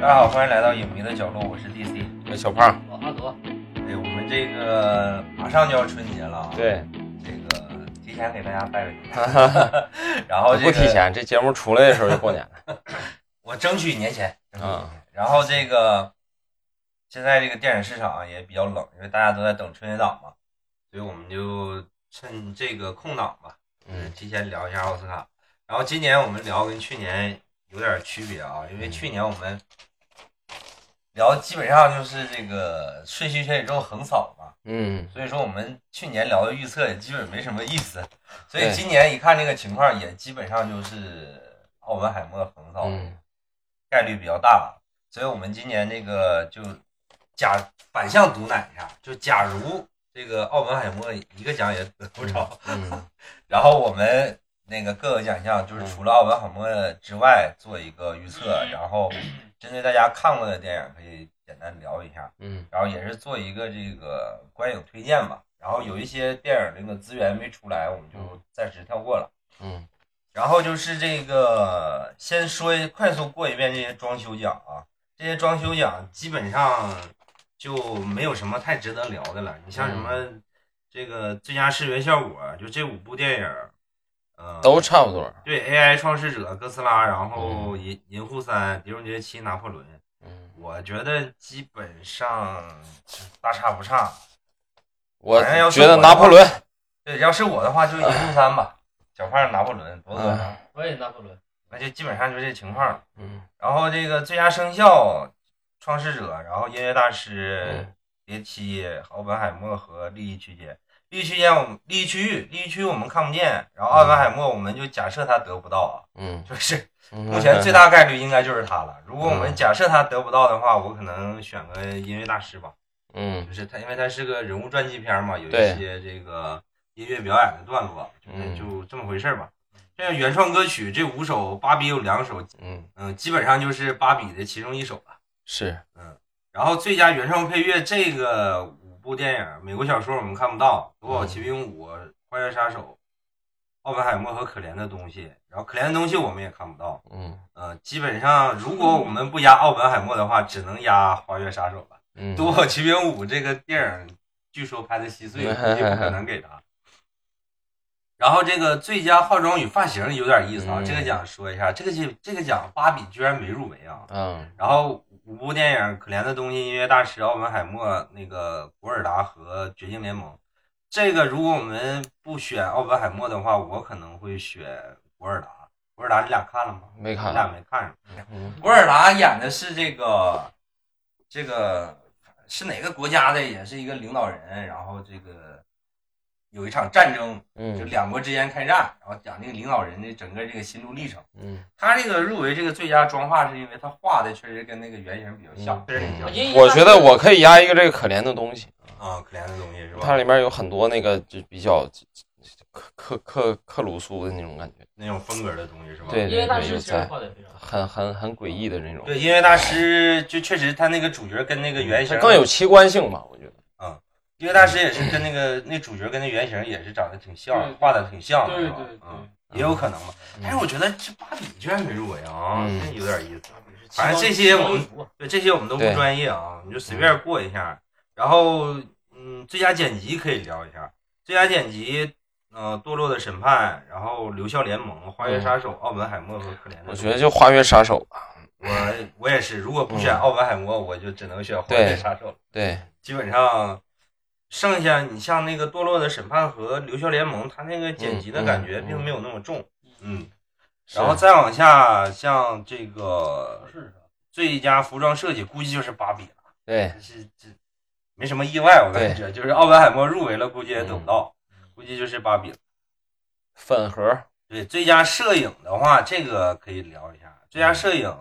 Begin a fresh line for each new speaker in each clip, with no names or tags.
大家好，欢迎来到影迷的角落，我是 DC。
哎，小胖，
我阿德，
对我们这个马上就要春节了啊，，
对，
这个提前给大家拜个 年，
哈哈哈
然后这
不
个
提，前，这节目出来的时候就过年了。
我争取年前，
嗯，
然后这个现在这个电影市场啊也比较冷，因为大家都在等春节档嘛，所以我们就趁这个空档吧，
嗯，
提前聊一下奥斯卡。然后今年我们聊跟去年有点区别啊，因
嗯
为去年我们聊基本上就是这个顺序全宇宙横扫嘛，
嗯，
所以说我们去年聊的预测也基本没什么意思，所以
对
今年一看这个情况，也基本上就是奥本海默横扫，
嗯
概率比较大。所以我们今年这个就假反向毒奶一下，就假如这个奥本海默一个奖也得不着，
嗯，
然后我们那个各个奖项就是除了奥本海默之外做一个预测，然后针对大家看过的电影可以简单聊一下。
嗯，
然后也是做一个这个观影推荐吧。然后有一些电影那个资源没出来，我们就暂时跳过了。
嗯，
然后就是这个，先说一快速过一遍这些装修奖啊，这些装修奖基本上就没有什么太值得聊的了。你像什
嗯
么这个最佳视觉效果，啊就这五部电影，呃，
都差不多。
对 AI 创世者、哥斯拉，然后银银护三、狄仁杰七、拿破仑，
嗯，
我觉得基本上大差不差。
我
反正要是
觉得
我的
拿破仑，
对，要是我的话就一路三吧，小胖拿破仑多多
嗯
上，
我也拿破仑，
那就基本上就这情况。
嗯
然后这个最佳声效、创世者，然后音乐大师
嗯、
蝶七、奥本海默和利益区间。利益区间我们利益区域，利益区域我们看不见，然后奥本海默我们就假设他得不到啊，
嗯，
就是目
目
前最大概率应该就是他了。如果我们
嗯
假设他得不到的话，我可能选个音乐大师吧。
嗯，
就是它，因为它是个人物传记片嘛，有
对
一些这个音乐表演的段落，就是
嗯
就这么回事儿吧。这个原创歌曲这五首，芭比有两首，
嗯，
嗯，基本上就是芭比的其中一首了。
是，
然后最佳原创配乐这个五部电影，《美国小说》我们看不到，《夺
嗯
宝奇兵五》《花园杀手》《奥本海默》和《可怜的东西》，然后《可怜的东西》我们也看不到。
嗯
呃，基本上如果我们不压奥本海默的话，只能压《花月杀手》了。
嗯，
《夺宝奇兵五》这个电影，据说拍的稀碎，估计不 可能给他。然后这个最佳化妆与发型有点意思啊，
嗯
这个奖说一下，这个奖这个奖芭比居然没入围啊。
嗯
然后五部电影《可怜的东西》《音乐大师》《奥本海默》那个《古尔达》和《绝境联盟》，这个如果我们不选奥本海默的话，我可能会选古尔达。古尔达，你俩看了吗？
没
你
看
俩没看是吧？
嗯
古尔达演的是这个，这个是哪个国家的？也是一个领导人，然后这个有一场战争，就
嗯
两国之间开战，然后讲这个领导人的整个这个心路历程。
嗯，
他这个入围这个最佳妆化，是因为他画的确实跟那个原型比较像，
嗯
确实挺像
我
我觉
觉得
得我可以压一个这个可怜的东西，
啊，可怜的东西是
它里面有很多那个就比较克克克克鲁苏的那种感觉，
那种风格的东西是吧
对
因为大师其实
有在
画的非常好。
很很很诡异的那种，
对，音乐大师就确实他那个主角跟那个原型
它更有奇观性吧，我觉得。
音乐大师也是跟那个那主角跟那原型也是长得挺像
对，
画的挺像的
啊对
是吧？
对对，
嗯。也有可能吧。但是我觉得这芭比居然没入围啊，
嗯
真有点意思。反
反
正这些我们对这些我们都不
对嗯
专业啊，你就随便过一下。然后，嗯，最佳剪辑可以聊一下。最佳剪辑，呃，《堕落的审判》，然后《留校联盟》、《花月杀手》、《奥本海默》和《可怜的》。
嗯我觉得就《花月杀手》吧，
我我也是，如果不选奥本海默，我就只能选《花月
嗯对
杀手》了。
对，
基本上，剩下你像那个《堕落的审判》和《留校联盟》，它那个剪辑的感觉
嗯嗯嗯
并没有那么重。嗯，
是
然后再往下，像这个
是
最佳服装设计，估计就是芭比了。
对
但是这没什么意外，我感觉就是奥本海默入围了，估计也等不到，
嗯
估计就是芭比了。
粉盒，
对，最佳摄影的话，这个可以聊一下。最佳摄影，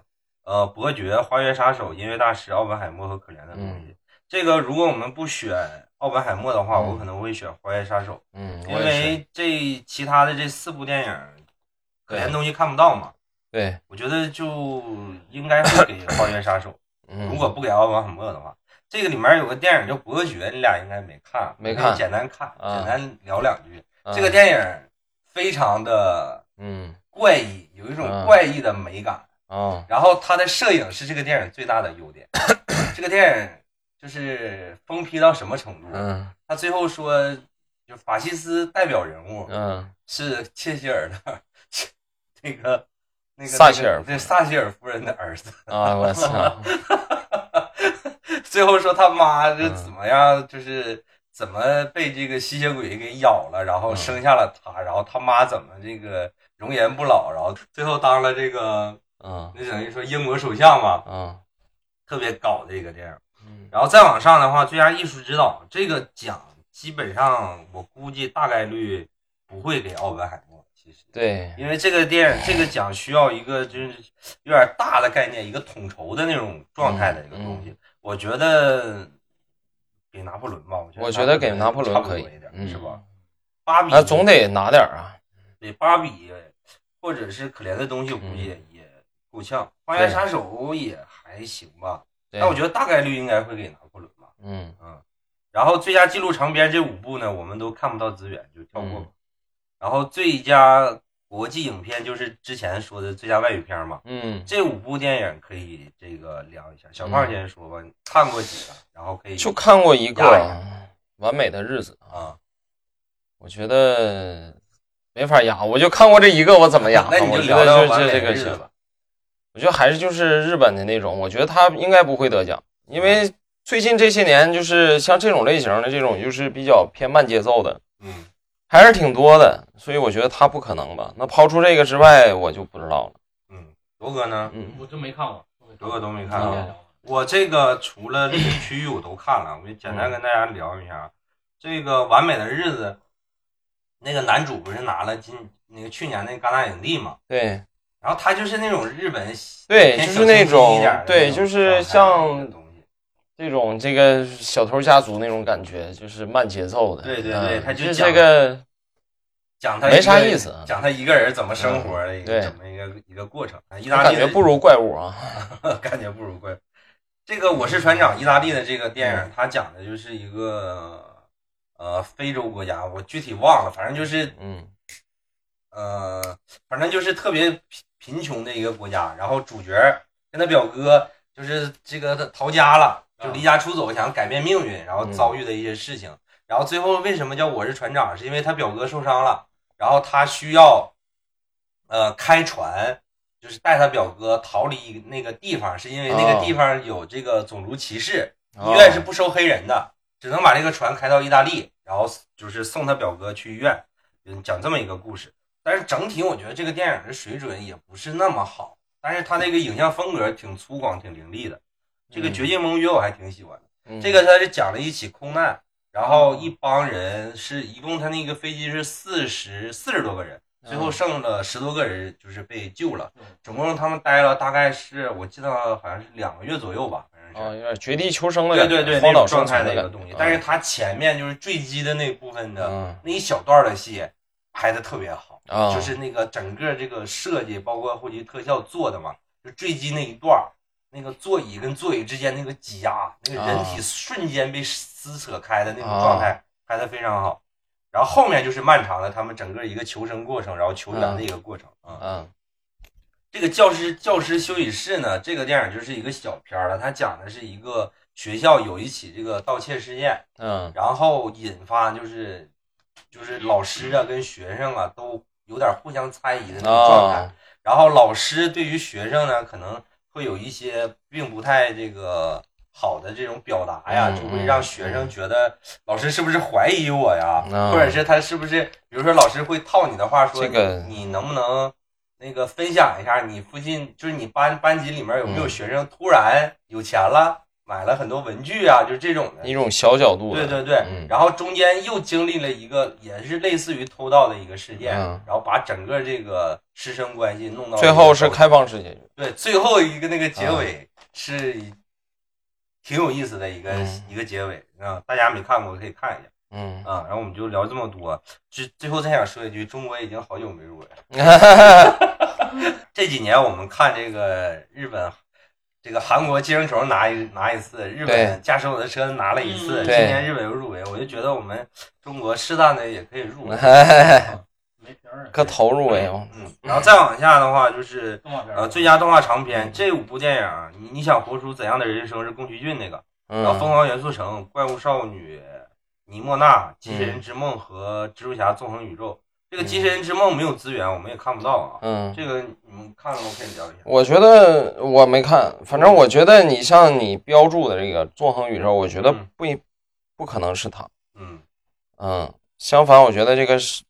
呃，伯爵、花园杀手、音乐大师、奥本海默和可怜的东西。这个如果我们不选奥本海默的话，
嗯
我可能会选花园杀手，
嗯，
因
我也是，
为这其他的这四部电影，可怜
对
东西看不到嘛。
对，
我觉得就应该会给《花园杀手》，
嗯，
如果不给奥本海默的话，这个里面有个电影叫《伯爵》，你俩应该没看，
没
可以
看
简单看，
啊
简单聊两句。
嗯
这个，电影非常的
嗯
怪异，有一种
啊
怪异的美感，
啊啊，
然后它的摄影是这个电影最大的优 点。这个电影就是疯批到什么程度？
嗯
他最后说，就法西斯代表人物
嗯
是切希尔的 那个那个
撒切尔夫
对撒切尔夫人的儿子。
啊，我 操，
最后说他妈这怎么样，就是怎么被这个吸血鬼给咬了，然后
嗯
生下了他，然后他妈怎么这个容颜不老，然后最后当了这个
嗯
那等于说英国首相嘛，
嗯
特别搞的一个电影。
嗯
然后再往上的话，最佳艺术指导这个奖，基本上我估计大概率不会给奥本海默。其实，
对，
因为这个电影这个奖需要一个就是有点大的概念，一个统筹的那种状态
嗯
的一个东西。我觉得给拿破仑吧，我觉得
我觉得给拿破
差
仑
不多
可以
一点，
嗯
是吧？芭比
那总得拿点儿啊，
对芭比或者是可怜的东西，我估计也也够呛。花园
嗯对
杀手也还行吧，
对
但我觉得大概率应该会给拿破仑吧。
嗯
嗯，然后最佳纪录长片这五部呢，我们都看不到资源，就跳过吧。然后最佳国际影片就是之前说的最佳外语片嘛，
嗯，
这五部电影可以这个聊一下。小胖先说吧，你看过几个？然后可以
就看过一个
压一
《完美的日子》啊，
啊，？
我觉得没法压，我就看过这一个，我怎么压
那你
我
就
觉
聊
得
聊
就
完
就
美
这
的
个
日
行
子。吧。
我觉得还是就是日本的那种，我觉得他应该不会得奖，因为
嗯
最近这些年就是像这种类型的这种，就是比较偏慢节奏的，
嗯
还是挺多的，所以我觉得他不可能吧。那抛出这个之外，我就不知道了。
嗯，罗哥呢？
嗯
我就没看过，
罗哥都没看
看
过
啊。
过。
我这个除了历史区域我都看了，我就简单跟大家聊一下。这个《完美的日子》，那个男主不是拿了今那个去年那戛纳影帝嘛？
对
然后他就是那种日本
对，
偏
就
小
是那
清新一点的
种对，
那
就是
状态的
像
东西
这种这个小偷家族那种感觉，就是慢节奏的。
对对对
嗯
他就
就
讲
这个
讲他
没
一个
啥意思啊嗯
讲他一个人怎么生活的一
对
个怎么一个一个过程。啊意大
感
利的
觉不如怪物啊。
感觉不如怪。这个《我是船长》意大利的这个电
嗯
影，它讲的就是一个呃非洲国家，我具体忘了，反正就是
嗯
呃，反正就是特别贫贫穷的一个国家。然后主角跟他表哥就是这个他逃家了，就离家出走，想改变命运，然后遭遇的一些事情。然后最后为什么叫我是船长？是因为他表哥受伤了，然后他需要呃开船。就是带他表哥逃离那个地方，是因为那
哦
个地方有这个种族歧视，医
哦
院是不收黑人的，只能把这个船开到意大利，然后就是送他表哥去医院。嗯，讲这么一个故事，但是整体我觉得这个电影的水准也不是那么好，但是它那个影像风格挺粗犷、挺凌厉的。这个《绝境盟约》我还挺喜欢的。
嗯
这个它是讲了一起空难，然后一帮人是一共他那个飞机是四十四十多个人，最
嗯
后剩了十多个人就是被救了。总共他们待了大概是我记得好像是两个月左右吧，反正是。
啊，有点绝地求生的
对
感觉，
对对，
荒
那
岛
种状
生
态
存
的一个
感觉
东西
啊。
但是它前面就是坠机的那部分的
嗯
那一小段的戏拍的特别好，
啊，
就是那个整个这个设计，包括后期特效做的嘛，就坠机那一段儿，那个座椅跟座椅之间那个挤压，那个人体
啊
瞬间被撕扯开的那种
啊
状态，拍的非常好。然后后面就是漫长的他们整个一个求生过程，然后求援的一个过程啊。
嗯
这个教师教师休息室呢，这个电影就是一个小片儿了，它讲的是一个学校有一起这个盗窃事件，
嗯
然后引发就是就是老师啊跟学生啊都有点互相猜疑的那种状态，
啊
然后老师对于学生呢可能会有一些并不太这个。好的这种表达呀，
嗯
就会让学生觉得老师是不是怀疑我呀，
嗯
或者是他是不是，比如说老师会套你的话说，
这个
你能不能那个分享一下你附近就是你班班级里面有没有
嗯
学生突然有钱了，买了很多文具啊，就是这种的
一。种小角度
对
的，
对对，
嗯
然后中间又经历了一个也是类似于偷盗的一个事件，
嗯
然后把整个这个师生关系弄到
最
一个
后是嗯
高
开放式结局，
对最后一个那个结尾是挺有意思的一个、
嗯
一个结尾啊，大家没看过可以看一下
嗯，
啊。然后我们就聊这么多，最最后再想说一句，中国已经好久没入围了。啊 这几年我们看这个日本，这个韩国精英球拿一拿一次，日
对
本驾驶我的车拿了一次，今
嗯
对
年日本又入围，我就觉得我们中国适当的也可以入围。
没皮儿儿，
可投嗯入哎呦，
嗯，然后再往下的话就是
动画片
呃
儿，
最佳动画长片这五部电影，你你想活出怎样的人生是宫崎骏那个，然后《疯
嗯，
狂元素城》《怪物少女》《尼莫娜》《机器
嗯
人之梦》和《蜘蛛侠：纵横宇宙》。这个《机器人之梦》没有资源，我们也看不到啊。
嗯，
这个你们看了吗？可以聊一下。
我觉得我没看，反正我觉得你像你标注的这个纵横宇宙，我觉得
嗯
不一不可能是他，
嗯
嗯，相反，我觉得这个是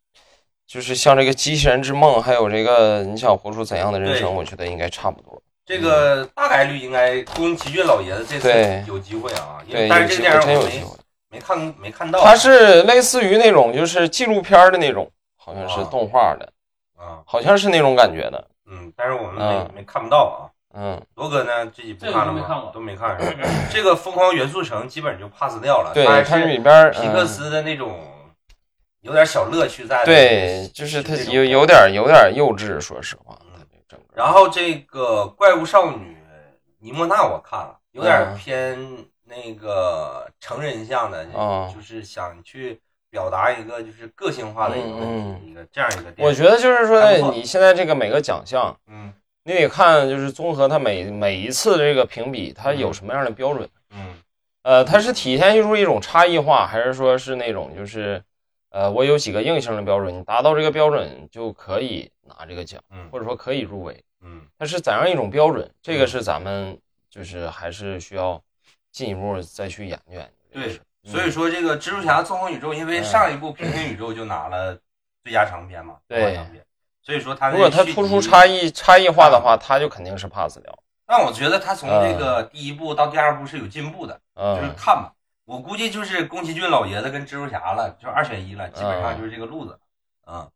就是像这个机器人之梦，还有这个你想活出怎样的人生，
对
我觉得应该差不多。
这个大概率应该宫崎骏老爷子这
对
次有机会啊，因为
对，
但
有
是这
机
个
会
电影
真
我
有机
没
会。
没看没看到啊。
它是类似于那种就是纪录片的那种，好像是
啊
动画的，
啊，
好像是那种感觉的。
嗯，但是我们
嗯
没没看不到啊。
嗯，
罗哥呢，这几部
这个
看了
都没看
吗
过？嗯
都没看。是吧 这个《疯狂元素城》基本就 pass 掉了，
对，它
啊它是
里边儿
皮克
嗯
斯的那种有点小乐趣在的。
对，就是它
这种嗯
有有点有点幼稚，说实话，它这整个
然后这个《怪物少女》尼莫娜我看了，有点
嗯
偏那个成人向的，
嗯
就是想去表达一个就是个性化的一个、
嗯
一个这样一个电影。
我觉得就是说哎
还不错
你现在这个每个奖项，
嗯
你得看就是综合它每每一次这个评比，它有什么样的标准。
嗯
呃，它是体现出一种差异化，还是说是那种就是，呃，我有几个硬性的标准，你达到这个标准就可以拿这个奖，
嗯
或者说可以入围。
嗯
它是怎样一种标准？这个是咱们就是还是需要进一步再去研究研究。
对，
嗯
所以说这个蜘蛛侠纵横宇宙，因为上一部平行宇宙就拿了最佳长片嘛，
对
动画长片，所以说他
如果它突出差
异，
异差异化的话，它就肯定是 pass 掉。
但我觉得他从这个第一部到第二部是有进步的，就是
嗯，
看吧。我估计就是宫崎骏老爷子跟蜘蛛侠了，就二选一了，基
啊
本上就是这个路子。嗯，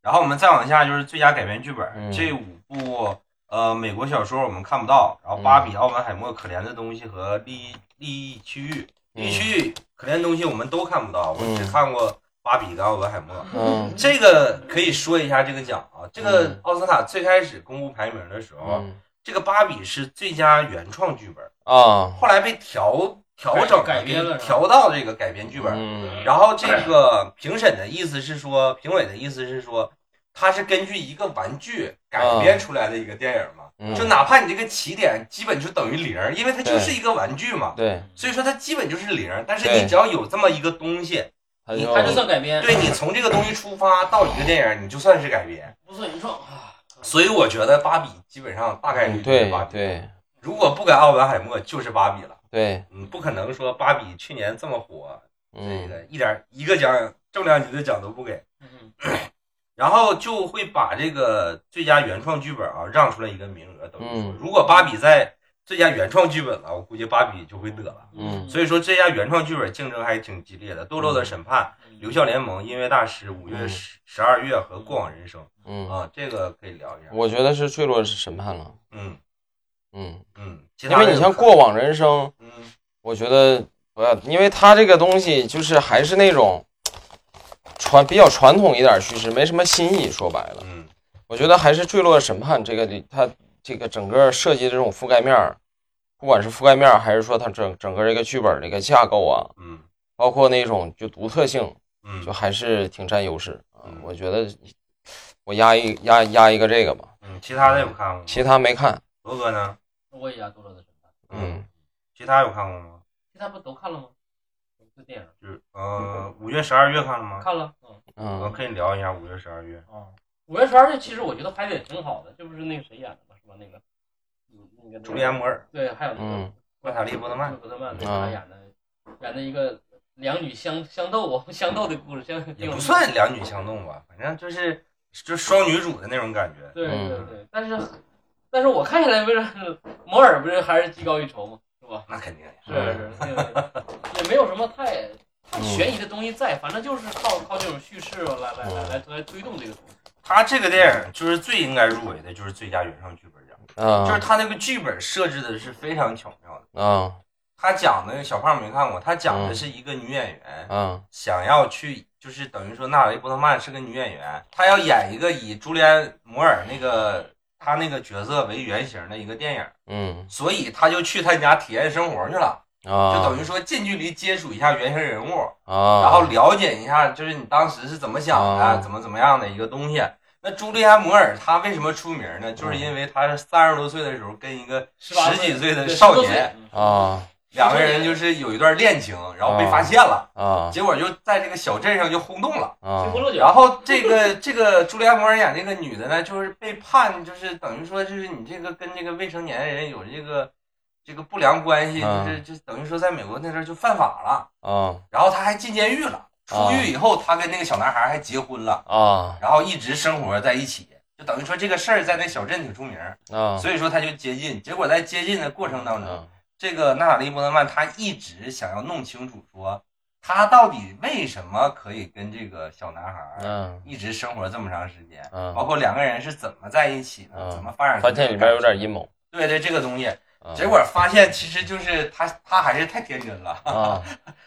然后我们再往下就是最佳改编剧本、
嗯
这五部，呃，美国小说我们看不到，然后《
嗯
芭比》奥本海默、《可怜的东西》和《利益利益区域》。利益区域、可怜的东西我们都看不到，我只
嗯
看过《芭比》跟奥本海默。
嗯
这个可以说一下这个奖啊，这个
嗯
奥斯卡最开始公布排名的时候，
嗯
这个《芭比》是最佳原创剧本。
啊，
后来被调调整
改改编了
给
是吧
调到这个改编剧本。
嗯
然后这个评审的意思是说，评委的意思是说，它是根据一个玩具改编出来的一个电影嘛，
嗯
就哪怕你这个起点基本就等于零，因为它就是一个玩具嘛，
对，
所以说它基本就是零。但是
对
你只要有这么一个东西，
它
你
就
它就算改编，
对你从这个东西出发到一个电影，你就算是改编。
不算原创啊。
所以我觉得芭比基本上大概率
嗯
就是
对
芭比，
对
如果不改奥本海默就是芭比了，
对，
嗯，不可能说芭比去年这么火，这
嗯
个一点一个奖重量级的奖都不给，
嗯，
然后就会把这个最佳原创剧本啊让出来一个名额，等于说
嗯
如果芭比在最佳原创剧本了，我估计芭比就会得了。
嗯
所以说最佳原创剧本竞争还挺激烈的，《堕落的审判》《
以
留校联盟》《音乐大师》五月
嗯
十十二月和《过往人生》
嗯，
啊，这个可以聊一下。
我觉得是坠落是审判了。
嗯
嗯，
嗯，其
因
他的
为你像
有
过往人生，
嗯
我觉得不要，因为它这个东西就是还是那种传比较传统一点儿叙事，没什么新意。说白了，
嗯
我觉得还是《坠落的审判》这个里，它这个整个设计的这种覆盖面儿，不管是覆盖面儿，还是说它整整个这个剧本儿这个架构啊，
嗯
包括那种就独特性，
嗯
就还是挺占优势啊
嗯。
我觉得我压一压压一个这个吧，
嗯，其他的有看过吗？
其他没看。
罗哥呢？
我也压多了的审判，
嗯，
其他有看过吗？
其他不都看了吗？这电影
就是呃，五月十二月看了吗？
看了，嗯
我
嗯
可以聊一下五月十二月。
啊，五月十二日其实我觉得拍的也挺好的，这不是那个谁演的吗？是吧？那个，嗯那个
朱利安·摩尔，
对，还有那个
嗯
娜塔莉·波特曼，
波特曼对，
啊
他演的演的一个两女相相斗啊，相斗的故事，相
也不算两女相动吧，反正就是就双女主的那种感觉。
对对
嗯
对，但是但是我看下来不是摩尔不是还是技高一筹吗？是吧？
那肯定呀，
是是，对对，也没有什么太太悬疑的东西在，反正就是靠靠这种叙事来来来
嗯
来来推动这个东西。
他这个电影就是最应该入围的，就是最佳原创剧本奖。就是
啊
他那个剧本设置的是非常巧妙的。
啊
他讲的小胖没看过，他讲的是一个女演员
啊
想要去，就是等于说娜塔莉·波特曼是个女演员，她要演一个以朱莉安·摩尔那个她那个角色为原型的一个电影。
嗯
所以他就去他家体验生活去了。
啊，
就等于说近距离接触一下原型人物，
啊，
然后了解一下，就是你当时是怎么想的，
啊
怎么怎么样的一个东西。那朱莉安·摩尔她为什么出名
嗯
呢？就是因为她是三十多岁的时候跟一个十
18
几岁的
对
少
多岁
年，
嗯
啊
两个人就是有一段恋情，然后被发现了，
啊
结果就在这个小镇上就轰动了。
结
啊
婚了就
然后这个 这个朱莉安·摩尔演这个女的呢，就是被判就是等于说就是你这个跟这个未成年人有这个这个不良关系，就
嗯
是就等于说在美国那阵儿就犯法了。
啊
然后他还进监狱了。出狱以后，他跟那个小男孩还结婚了，
啊
然后一直生活在一起，就等于说这个事儿在那小镇挺出名，
啊！
所以说他就接近。结果在接近的过程当中，
嗯
这个娜塔莉波特曼她一直想要弄清楚说，她到底为什么可以跟这个小男孩
嗯
一直生活这么长时间，包
嗯，
括两个人是怎么在一起的，
嗯
怎么发展出
发
这个感情。
现里边有点阴谋。
对对这个东西，
嗯
结果发现其实就是他他还是太天真了。
啊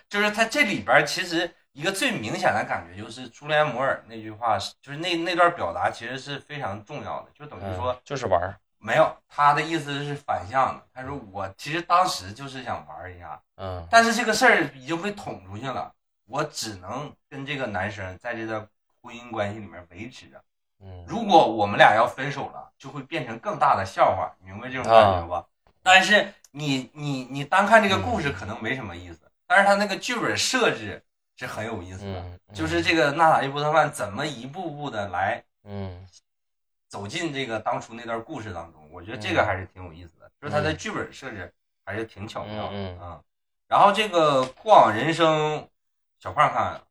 就是他这里边儿其实一个最明显的感觉就是朱利安·摩尔那句话是，就是那那段表达其实是非常重要的，就等于说、
嗯就是玩儿，
没有他的意思是反向的。他说我其实当时就是想玩儿一下，
嗯
但是这个事儿已经被捅出去了，我只能跟这个男生在这段婚姻关系里面维持着。
嗯
如果我们俩要分手了，就会变成更大的笑话，你明白这种感觉吧？但是你你你单看这个故事可能没什么意思，但是他那个剧本设置是很有意思的，
嗯，
就是这个娜塔莉波特曼怎么一步步的来
嗯
走进这个当初那段故事当中，我觉得这个还是挺有意思的，就是他的剧本设置还是挺巧妙的
嗯嗯
啊。然后这个《过往人生》，小胖看了，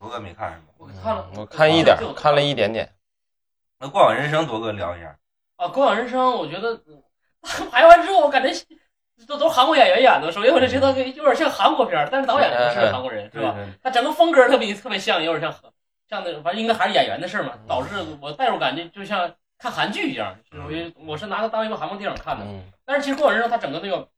罗哥没看是吗？
我
嗯
看了，
我看一点儿，看了
一
一点点。
那《过往人生》，多哥聊一下。
啊，《过往人生》，我觉得 嗯排完之后，我感觉 这都是韩国演员演的。首先，我就觉得
嗯
有点像韩国片儿，但是导演不
嗯
是韩国人，是吧？
对
他整个风格特别特别像，有点像像那种，反正应该还是演员的事儿嘛，
嗯
导致我代入感就就像看韩剧一样。就是我就我是拿它当一个韩国电影看的，
嗯
但是其实《过往人生》它整个那个，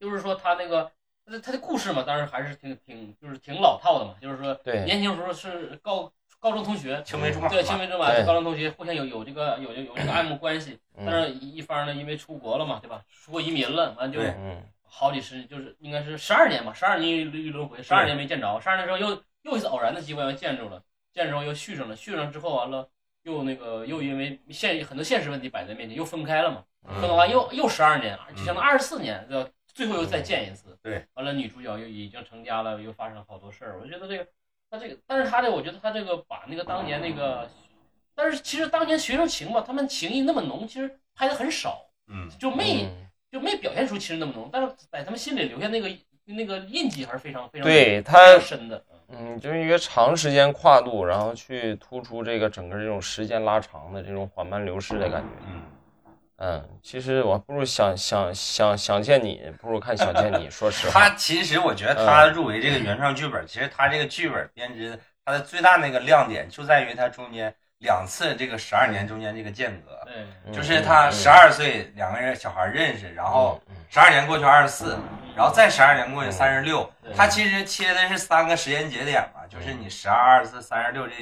就是说它那个它的它的故事嘛，当然还是挺挺就是挺老套的嘛，就是说
对，
年轻时候是高高中同学，
青梅竹马
对青
嘛
梅竹马
对
高中同学互相有有这个有有有这个爱慕关系，但
嗯
是一方呢因为出国了嘛，对吧？出国移民了，完就
对
嗯
好几十就是应该是十二年吧，十二年一一轮回，十二年没见着，十二年之后又又一次偶然的机会又见着了，见着之后又续上了，续上之后完了又那个又因为现很多现实问题摆在面前又分开了嘛，分开
嗯
完又又十二年，就相当于二十四年，对吧？最后又再
嗯
见一次。
对，
完了女主角又已经成家了，又发生了好多事儿。我觉得这个他这个，但是他这个，我觉得他这个把那个当年那个，但是其实当年学生情吧，他们情谊那么浓，其实拍的很少，
嗯，
就没、
嗯
就没表现出情那么浓，但是在他们心里留下那个那个印记还是非常非常
对
非
他
常深的。
嗯，就是一个长时间跨度，然后去突出这个整个这种时间拉长的这种缓慢流逝的感觉。
嗯，
嗯，其实我不如想想想想见你，不如看想见你。说实话，
他其实我觉得他入围这个原创剧本，其实他这个剧本编织它的最大那个亮点就在于它中间两次这个十二年中间这个间隔，
对，
嗯
就是他十二岁两个人小孩认识，然
嗯
后十二年过去二十四，
嗯
然后再十二年过去三十六，他其实切的是三个时间节点嘛，就是你十二、二十四、三十六这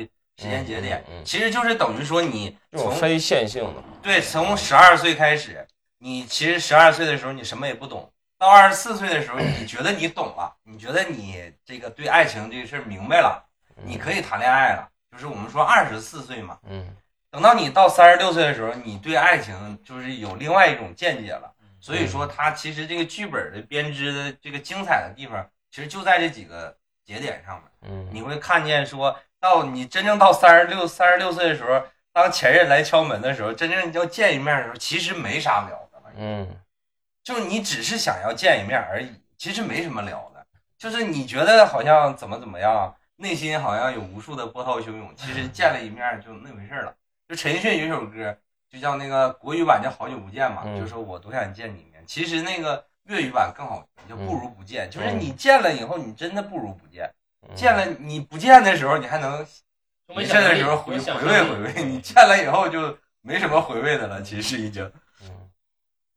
时间节点，
嗯嗯嗯
其实就是等于说你
这种
从
非线性的嘛，
对，从十二岁开始，你其实十二岁的时候你什么也不懂，到二十四岁的时候，你觉得你懂了，你觉得你这个对爱情这个事儿明白了，你可以谈恋爱了，就是我们说二十四岁嘛。
嗯
等到你到三十六岁的时候，你对爱情就是有另外一种见解了。所以说，它其实这个剧本的编织的这个精彩的地方，其实就在这几个节点上面。
嗯，
你会看见说到你真正到三十六、三十六岁的时候，当前任来敲门的时候，真正要见一面的时候，其实没啥聊的了，
嗯
就是你只是想要见一面而已，其实没什么聊的，就是你觉得好像怎么怎么样，内心好像有无数的波涛汹涌，其
嗯
实见了一面就那回事儿了。就陈奕迅有一首歌，就叫那个国语版叫《好久不见》嘛，
嗯
就说我多想见你一面，其实那个粤语版更好听，就不如不见，就是你见了以后，你真的不如不见。
嗯
见了你不见的时候，你还能
就没
没事
想
的
象
时候
力
回
没想
回
象
味
力
回味，你见了以后就没什么回味的了，其实已经。
嗯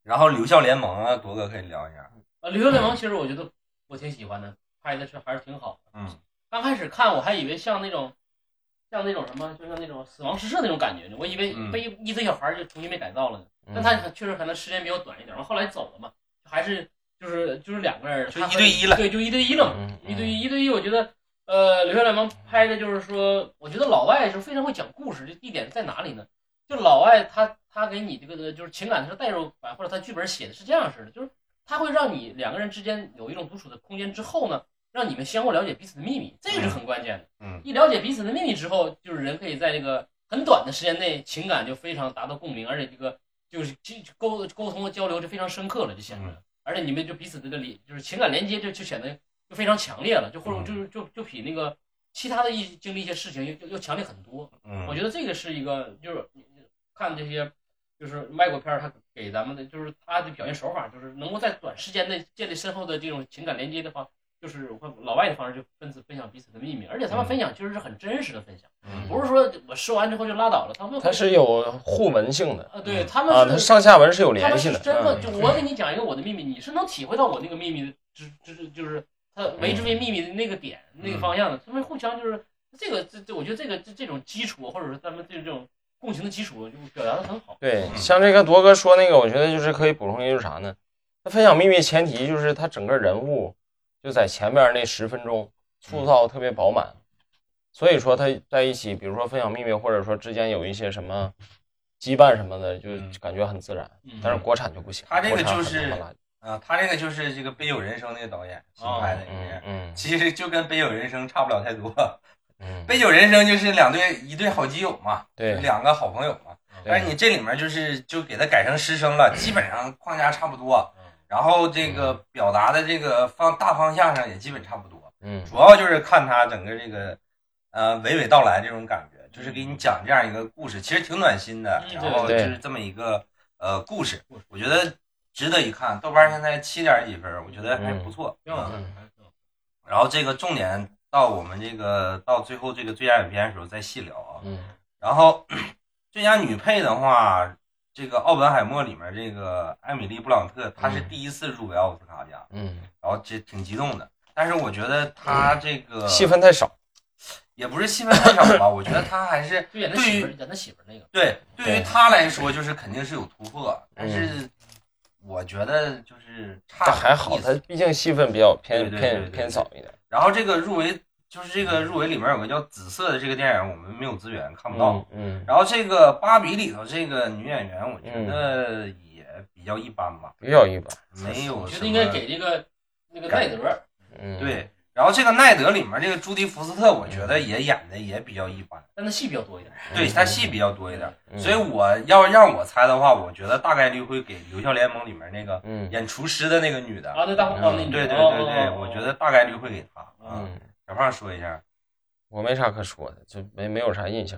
然后《留校联盟》啊，铎哥可以聊一下。
啊，《流浪联盟》其实我觉得我挺喜欢的，拍的是还是挺好的。
嗯，
刚开始看我还以为像那种，像那种什么，就像那种死亡诗社那种感觉呢。我以为
嗯
被一一堆小孩儿就重新被改造了呢。但
嗯
他确实可能时间比较短一点儿，后来走了嘛，还是就是就是两个人，
就
他
一
会
对一了
对，就一对一了嘛，
嗯
一对一一对一，我觉得呃，《流血联盟》拍的就是说，我觉得老外是非常会讲故事，这地点在哪里呢？就老外他他给你这个就是情感的代入感，或者他剧本写的是这样式的，就是他会让你两个人之间有一种独处的空间之后呢，让你们相互了解彼此的秘密，这个是很关键的。
嗯，
一了解彼此的秘密之后，就是人可以在这个很短的时间内情感就非常达到共鸣，而且这个就是沟沟通和交流就非常深刻了，就显得，而且你们就彼此这个连就是情感连接就就显得就非常强烈了，就或者
嗯
就是就就比那个其他的一经历一些事情又又又强烈很多。
嗯，
我觉得这个是一个，就是你看这些，就是外国片儿，它给咱们的就是它的表现手法，就是能够在短时间内建立深厚的这种情感连接的话，就是会老外的方式就分子分享彼此的秘密，而且他们
嗯
分享就是很真实的分享，
嗯
不是说我说完之后就拉倒了，他们会
它嗯是有互文性的
啊，对他
啊，
们
它
是
上下文是有
他
联
们
系
是
的。
真的，
嗯
就我给你讲一个我的秘密，你是能体会到我那个秘密的，就是就是就是他
嗯
为之为秘密的那个点、那个方向的。他们互相就是这个这这，我觉得这个这这种基础，或者是他们这这种共情的基础，就表达的很好。
对，
嗯
像这个铎哥说那个，我觉得就是可以补充一句啥呢？他分享秘密前提就是他整个人物就在前面那十分
嗯
钟塑造特别饱满，所以说他在一起，比如说分享秘密，或者说之间有一些什么羁绊什么的，就
嗯
感觉很自然。
嗯
但是国产就不行，
他这个
国产
就
很
是
他妈垃圾
啊，他这个就是这个《北有人生》那个导演新拍的一个电
嗯
影，
嗯
其实就跟《北有人生》差不了太多。
嗯，
《杯酒人生》就是两对一对好基友嘛，
对嗯
两个好朋友嘛。但是你这里面就是就给他改成师生了，基本上框架差不多，
嗯
然后这个表达的这个方大方向上也基本差不多，
嗯
主要就是看他整个这个呃娓娓道来这种感觉，就是给你讲这样一个故事，其实挺暖心的，
嗯
然后就
对
是这么一个呃故事
故事，
我觉得值得一看。豆瓣现在七点几分，我觉得还不错，
挺好的
嗯
嗯，
还挺好
然后这个重点到我们这个到最后这个最佳影片的时候再细聊啊。
嗯
然后 最佳女配的话，这个《奥本海默》里面这个艾米丽·布朗特，她是
嗯
第一次入围奥斯卡奖，
嗯，
然后这挺激动的。但是我觉得她这个
戏份太少。
也不是戏份太少吧，我觉得她还是
就演他媳妇儿，演他媳妇儿那个，
对对于
对嗯
她来说就是肯定是有突破，但是我觉得就是差
但
点
还好，
意思
他毕竟戏份比较
对对
偏
对对
偏
对
偏少一点。
然后这个入围就是这个入围里面有个叫《紫色》的这个电影，我们没有资源看不到。
嗯嗯，
然后这个《芭比》里头这个女演员，我
嗯
觉得也比较一般吧，
比较一般。
没有
我觉
什
得
么
应该给这个那个奈德，
嗯，
对。然后这个奈德里面这个朱迪福斯特，我觉
嗯
得也演的也比较一般，
但他戏比较多一点。
对她戏比较多一点，
嗯，
所以我要让我猜的话，我觉得大概率会给《留校联盟》里面那个
嗯
演厨师的那个女的，
啊，那大黄蜂那女
对
的，
嗯对对
哦哦
对，
哦
我觉得大概率会给她。啊，
嗯。
小胖说一下，
我没啥可说的，就没没有啥印象。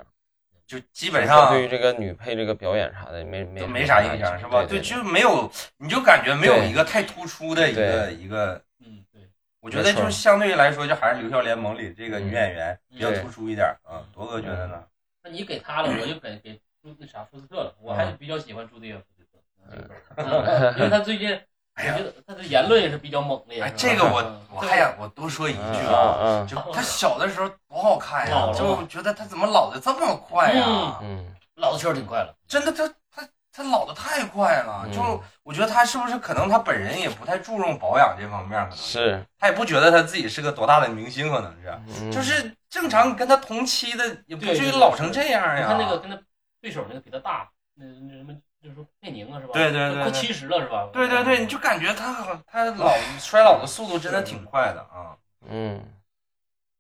就基本
就是
上
对于这个女配这个表演啥的，没没
都没啥印象是吧？
对，
就没有，你就感觉没有
对
一个太突出的一个
对
一个，
嗯对，
我觉得
没错
就是相对来说，就还是《留校联盟》里这个女演员
嗯
比较
对
突出一点啊。铎哥觉得呢？
那你给他了，我就给给朱那啥福斯特了，我还是比较喜欢朱迪福斯特。嗯因为他最近，我
哎呀
觉得他的言论也是比较猛烈。
哎，
是吧
这个我
嗯
我还想我多说一句啊，
啊
就她小的时候多好看呀
老，了
就我觉得她怎么老的这么快呀
嗯？嗯
老子确实挺快了。
真的，她她她老的太快了，
嗯
就我觉得她是不是可能她本人也不太注重保养这方面，可能是
是，
她也不觉得她自己是个多大的明星，可能是。
嗯
就是正常跟他同期的也不
对
至于
对
老成这样哎
你
呀。
看那个跟他对手那个比他大，那那什么就是说佩宁啊是吧？
对对对
快
对
七十了是吧？
对对对，你就感觉他好，他老衰老的速度真的挺快的啊。
嗯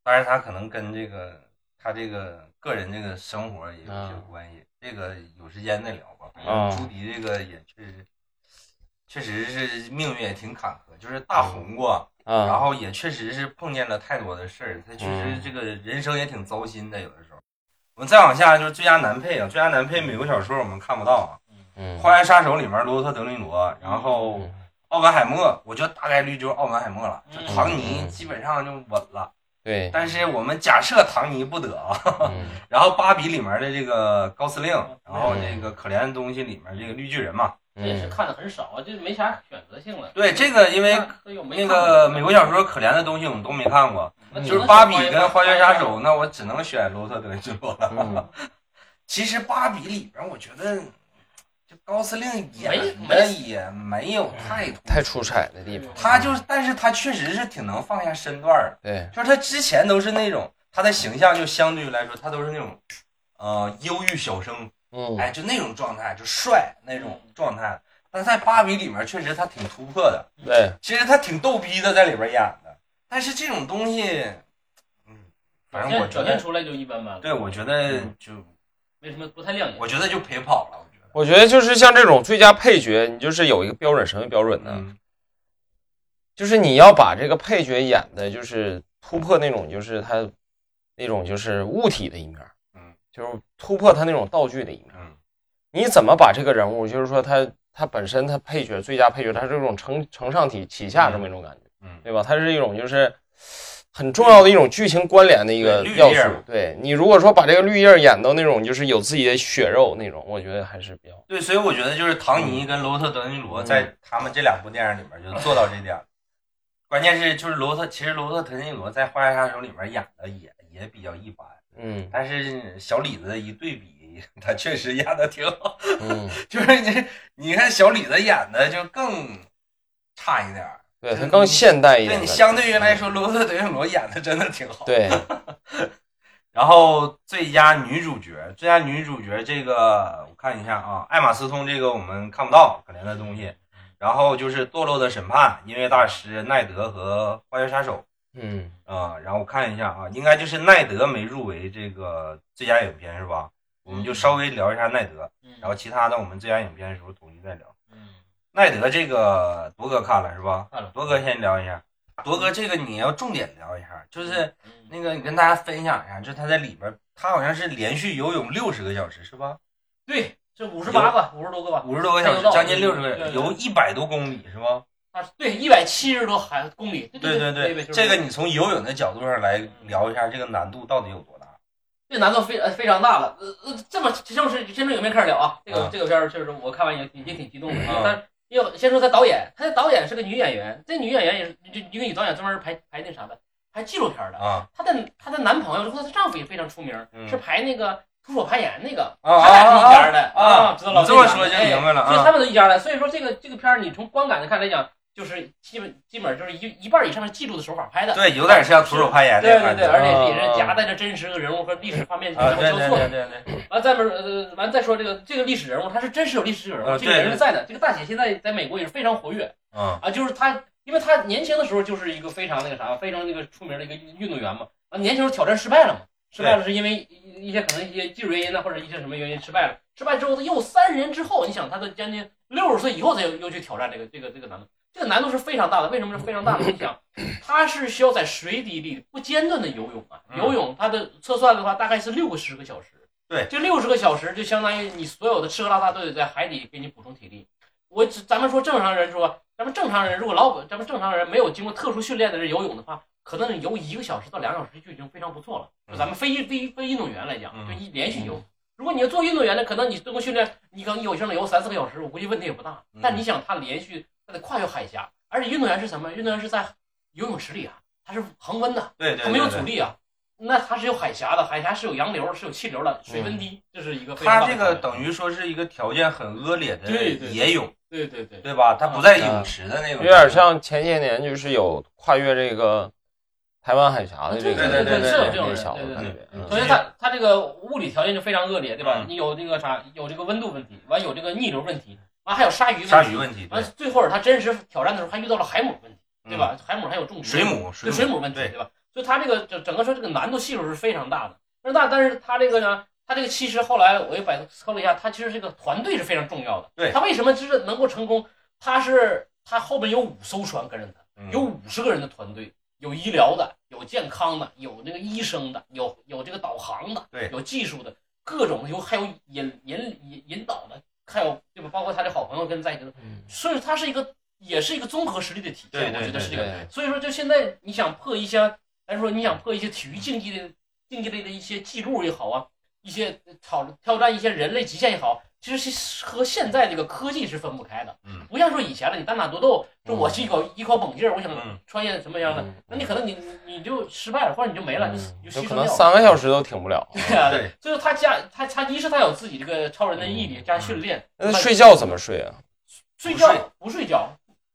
当然，他可能跟这个他这个个人这个生活也有
嗯
些关系，这个有时间再聊吧。反正
啊
朱迪这个也确实，确实是命运也挺坎坷，就是大红过，
嗯
然
啊，
后也确实是碰见了太多的事儿，他确实
嗯
这个人生也挺糟心的，有的时候。我们再往下就是最佳男配啊，最佳男配美国小说我们看不到啊，
嗯
《花园杀手》里面罗伯特·德林罗，然后
嗯
奥本海默，我觉得大概率就是奥本海默了，就
嗯
唐尼
嗯
基本上就稳了。
对，
但是我们假设唐尼不得啊，
嗯
然后《芭比》里面的这个高司令，然后这个《可怜的东西》里面这个绿巨人嘛，
这也是
嗯
看的很少啊，这没啥选择性了。
对这个因为
看都有没
那
看过嗯
个美国小说《可怜的东西》我们都没看过，
那只
就是《
能选
芭比》跟《花
花
园
园
杀手》，那我只能选罗伯特·德林罗了。
嗯
其实《芭比》里面，我觉得。这高司令演
没
的
没
也没有太多，
嗯太出彩的地方。
他就是，但是他确实是挺能放下身段儿的。
对，
就是他之前都是那种，他的形象就相对于来说，他都是那种，呃，忧郁小生，
嗯，
哎，就那种状态，就帅那种状态。但在芭比里面，确实他挺突破的，
对，
其实他挺逗逼的，在里边演的。但是这种东西，嗯，反正我觉
表现
得，
出来就一般般了，
对我觉得就，
没什么不太亮眼。
我觉得就陪跑了。我觉得，
我觉得就是像这种最佳配角，你就是有一个标准，什么标准呢？
嗯
就是你要把这个配角演的，就是突破那种，就是他那种就是物体的一面，
嗯，
就是突破他那种道具的一面。
嗯
你怎么把这个人物，就是说他他本身他配角最佳配角，他是这种承承上体起下这么一种感觉，
嗯，
对吧？它是一种就是很重要的一种剧情关联的一个
对绿
要素
叶嘛。
对你如果说把这个绿叶演到那种就是有自己的血肉那种，我觉得还是比较
对，所以我觉得就是唐尼跟罗伯特·德尼罗在他们这两部电影里面就做到这点儿。关键是就是罗伯特，其实罗伯特·德尼罗在《花样杀手》里面演的也也比较一般，
嗯
但是小李子一对比，他确实演的挺好。
嗯，
就是你你看小李子演的就更差一点儿，
对它更现代一
对
点。
你相对于来说，罗伯特·德尼罗演的真的挺好。
对
然后最佳女主角，最佳女主角这个我看一下啊，艾玛斯通这个我们看不到可怜的东西。然后就是《堕落的审判》，音乐大师奈德和《花园杀手
嗯》
啊、然后我看一下啊，应该就是奈德没入围这个最佳影片是吧？我们就稍微聊一下奈德，
嗯，
然后其他的我们最佳影片的时候统一再聊。
嗯，
奈德这个铎哥看了是吧？
看了
铎哥先聊一下，铎哥这个你要重点聊一下，就是。
嗯
那个，你跟大家分享一下，就他在里边儿，他好像是连续游泳六十个小时，是吧？
对，这五十八个，五十多个吧，
五十多个小
还有
时，
到
将近六十个
对
小时，
对
游一百多公里，是吧？
啊，对，一百七十多海公里，对
对
对
对，
就是
这个你从游泳的角度上来聊一下，这个难度到底有多大？
这难度非呃非常大了，呃呃，这么这就是真正有面开始聊啊，这个、
啊
这个片儿确实我看完也挺也挺激动的，
啊
但因为先说他导演，他的导演是个女演员，这女演员也是就一个女导演专门拍拍那啥的，拍纪录片的，
啊
她的她的男朋友或者她丈夫也非常出名，
嗯
是拍那个徒手攀岩那个，
啊
他俩是一家的
啊啊！
知道了，
你这么说就
哎
明白了
所以他
啊。
们都一家的。所以说这个这个片儿，你从观感的看来讲，就是基本基本就是一一半以上是记录的手法拍的。
对，有点像徒手攀岩那
对
个
对
感
对，
觉
而且
啊
也是夹带着真实的人物和历史画面
嗯啊，
相互
对
交
对
错
对
的。
对对，
完再边呃，完再说这个这个历史人物，他是真实有历史人
啊
物，这个
对
人是在的。这个大姐现在在美国也是非常活跃
嗯
啊，就是她，因为她年轻的时候就是一个非常那个啥，非常那个出名的一个运动员嘛。啊，年轻时候挑战失败了嘛，失败了是因为一一些可能一些技术原因呢，或者一些什么原因失败了。失败之后，他又三十年之后，你想他都将近六十岁以后才又又去挑战这个这个这个难度，这个难度是非常大的。为什么是非常大的？你想，他是需要在水底里不间断的游泳啊，
嗯
游泳他的测算的话大概是六个十个小时。
对
这六十个小时就相当于你所有的吃喝拉撒都得在海底给你补充体力。我只咱们说正常人说，咱们正常人如果老咱们正常人没有经过特殊训练的人游泳的话，可能游一个小时到两个小时就已经非常不错了。就咱们非非非运动员来讲，
嗯
就一连续游。如果你要做运动员的，可能你通过训练，你可能有些能游三四个小时，我估计问题也不大
嗯。
但你想，他连续他得跨越海峡，而且运动员是什么？运动员是在游泳池里啊，他是恒温的，
对对
他没有
对
阻
对。
力啊。那它是有海峡的，海峡是有洋流，是有气流的，水温低，这是一个非常
嗯他
大
这
的
个
挑战
等于说是一个条件很恶劣的
对对
野泳，
对对对，
对吧？他不在泳池的那
有
种，
点像前些年就是有跨越这个台湾海峡的这个
对对对对对
这个
是有
那
这
小
种
子感
人
对对
觉
对，
嗯
首先它它这个物理条件就非常恶劣，对吧
嗯？
你有那个啥，有这个温度问题，完有这个逆流问题，完还有鲨鱼问题，
鲨鱼问题，对嗯
完，最后他真实挑战的时候还遇到了海母问题，对吧？海母还有中毒，
水母，
对水母问题，
对
对吧？所以他这个整整个说这个难度系数是非常大的。但是大，但是他这个呢，他这个其实后来我又百度搜了一下，他其实这个团队是非常重要的。
对
他为什么就是能够成功？他是他后面有五艘船跟着他。
嗯
有五十个人的团队，有医疗的，有健康的，有那个医生的，有有这个导航的，
对
有技术的，各种有还有引引引引导的，还有对吧？包括他的好朋友跟在一起的，
嗯
所以他是一个也是一个综合实力的体
对
现，
对
我觉得是这
对
个
对。
所以说，就现在你想破一些，来说你想破一些体育竞技的竞技类的一些记录也好啊，一些挑挑战一些人类极限也好，其实是和现在这个科技是分不开的，
嗯
不像说以前了，你单打独斗，就我一口一口猛劲儿，我想
嗯
穿越什么样的
嗯，
那你可能你你你就失败了，或者你就没了，你就
有嗯
牺
可
牲
能
掉了。
三个小时都挺不了。
对啊，
对，嗯
所以说他加他他一是他有自己这个超人的毅力加训练，
那
他
睡觉怎么睡啊？
睡
不
觉
睡
不睡觉，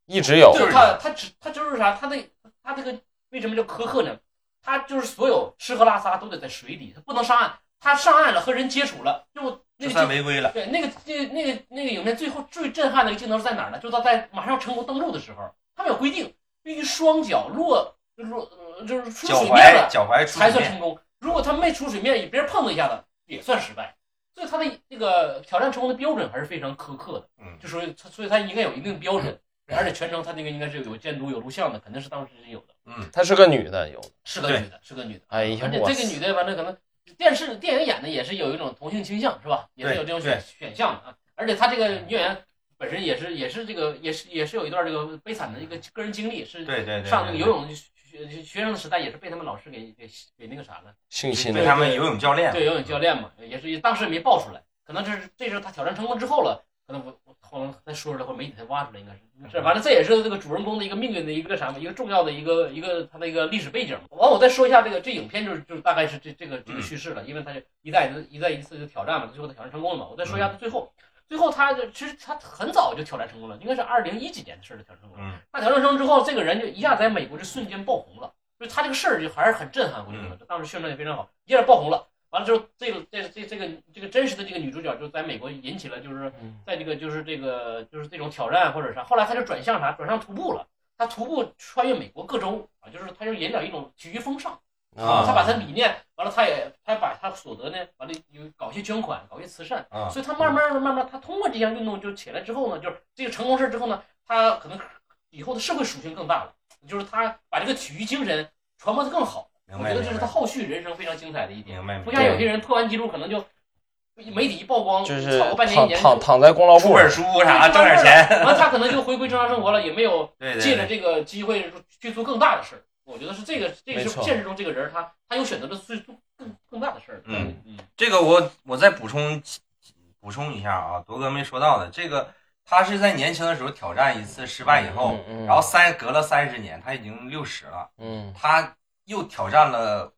一直有
就
就是是
他他只他就是啥，他那他这个为什么叫苛刻呢？他就是所有吃喝拉撒都得在水里，他不能上岸，他上岸了和人接触了，就
这
那个
算
镜
违规了。
对，那个那那个那个影片最后最震撼的一个镜头是在哪儿呢？就他在马上要成功登陆的时候，他们有规定，必须双脚落落呃就是出
脚
水面
踝
了
脚踝出
才算
面
成功。如果他没出水面，别人碰他一下子也算失败。所以他的那个挑战成功的标准还是非常苛刻的，
嗯，
就说他所以他应该有一定的标准，而且全程他那个应该是有监督有录像的，肯定是当时是有的，
她是个女的，有。
是个
对
女的，是个女的。
哎呀
而且，
我
这个女的反正可能电视电影演的也是有一种同性倾向是吧？也是有这种选选项的啊。而且她这个女演员本身也是也是这个也是也是有一段这个悲惨的一个个人经历，是
对对对，
上那个
对
游泳学学生的时代也是被他们老师给给给那个啥了，
性侵
对
的
他们游泳教练，
对游泳教练嘛，也是当时也没爆出来，可能这是这是他挑战成功之后了，可能我我后来再说出来或者媒体才挖出来，应该是这反正这也是这个主人公的一个命运的一个啥嘛，一个重要的一个一个他的一个历史背景。完我再说一下这个这影片就是就是大概是这这个这个叙事了，因为他就一代一代一次的挑战嘛，最后他挑战成功了嘛。我再说一下他最后。最后他就其实他很早就挑战成功了，应该是二零一几年的事儿就挑战成功了。
嗯，
他调整成之后，这个人就一下在美国就瞬间爆红了，就是他这个事儿就还是很震撼，我觉得当时宣传也非常好，一下爆红了。完了之后，这个这这这个这个真实的这个女主角就在美国引起了，就是
嗯
在这个就是这个就是这种挑战或者啥。后来她就转向啥，转向徒步了。她徒步穿越美国各州啊，就是她就引了一种体育风尚。
啊
他把他理念，完了他也他把他所得呢，完了有搞些捐款，搞些慈善，
啊
所以他慢慢的慢慢地，他通过这项运动就起来之后呢，就是这个成功事之后呢，他可能以后的社会属性更大了，就是他把这个体育精神传播的更好，
明
我
白
觉得这是
明
他
白
后续人生非常精彩的一点，
明白，
不像有
明白
些人破完纪录可能就媒体一曝光，
就是
炒个半年一
躺
年
躺
就。
躺在功劳
出
簿
本
上，
书啥挣哎点钱，
完，他可能就回归正常生活了，也没有
对对
借着
对，
这个机会去做更大的事儿。我觉得是这个，这个
没
是
错
现实中这个人儿他他有选择的最做更更大的事儿。
嗯
嗯，
这个我我再补充补充一下啊，铎哥没说到的，这个他是在年轻的时候挑战一次失败以后，
嗯
然后三隔了三十年，他已经六十了，
嗯
他又挑战了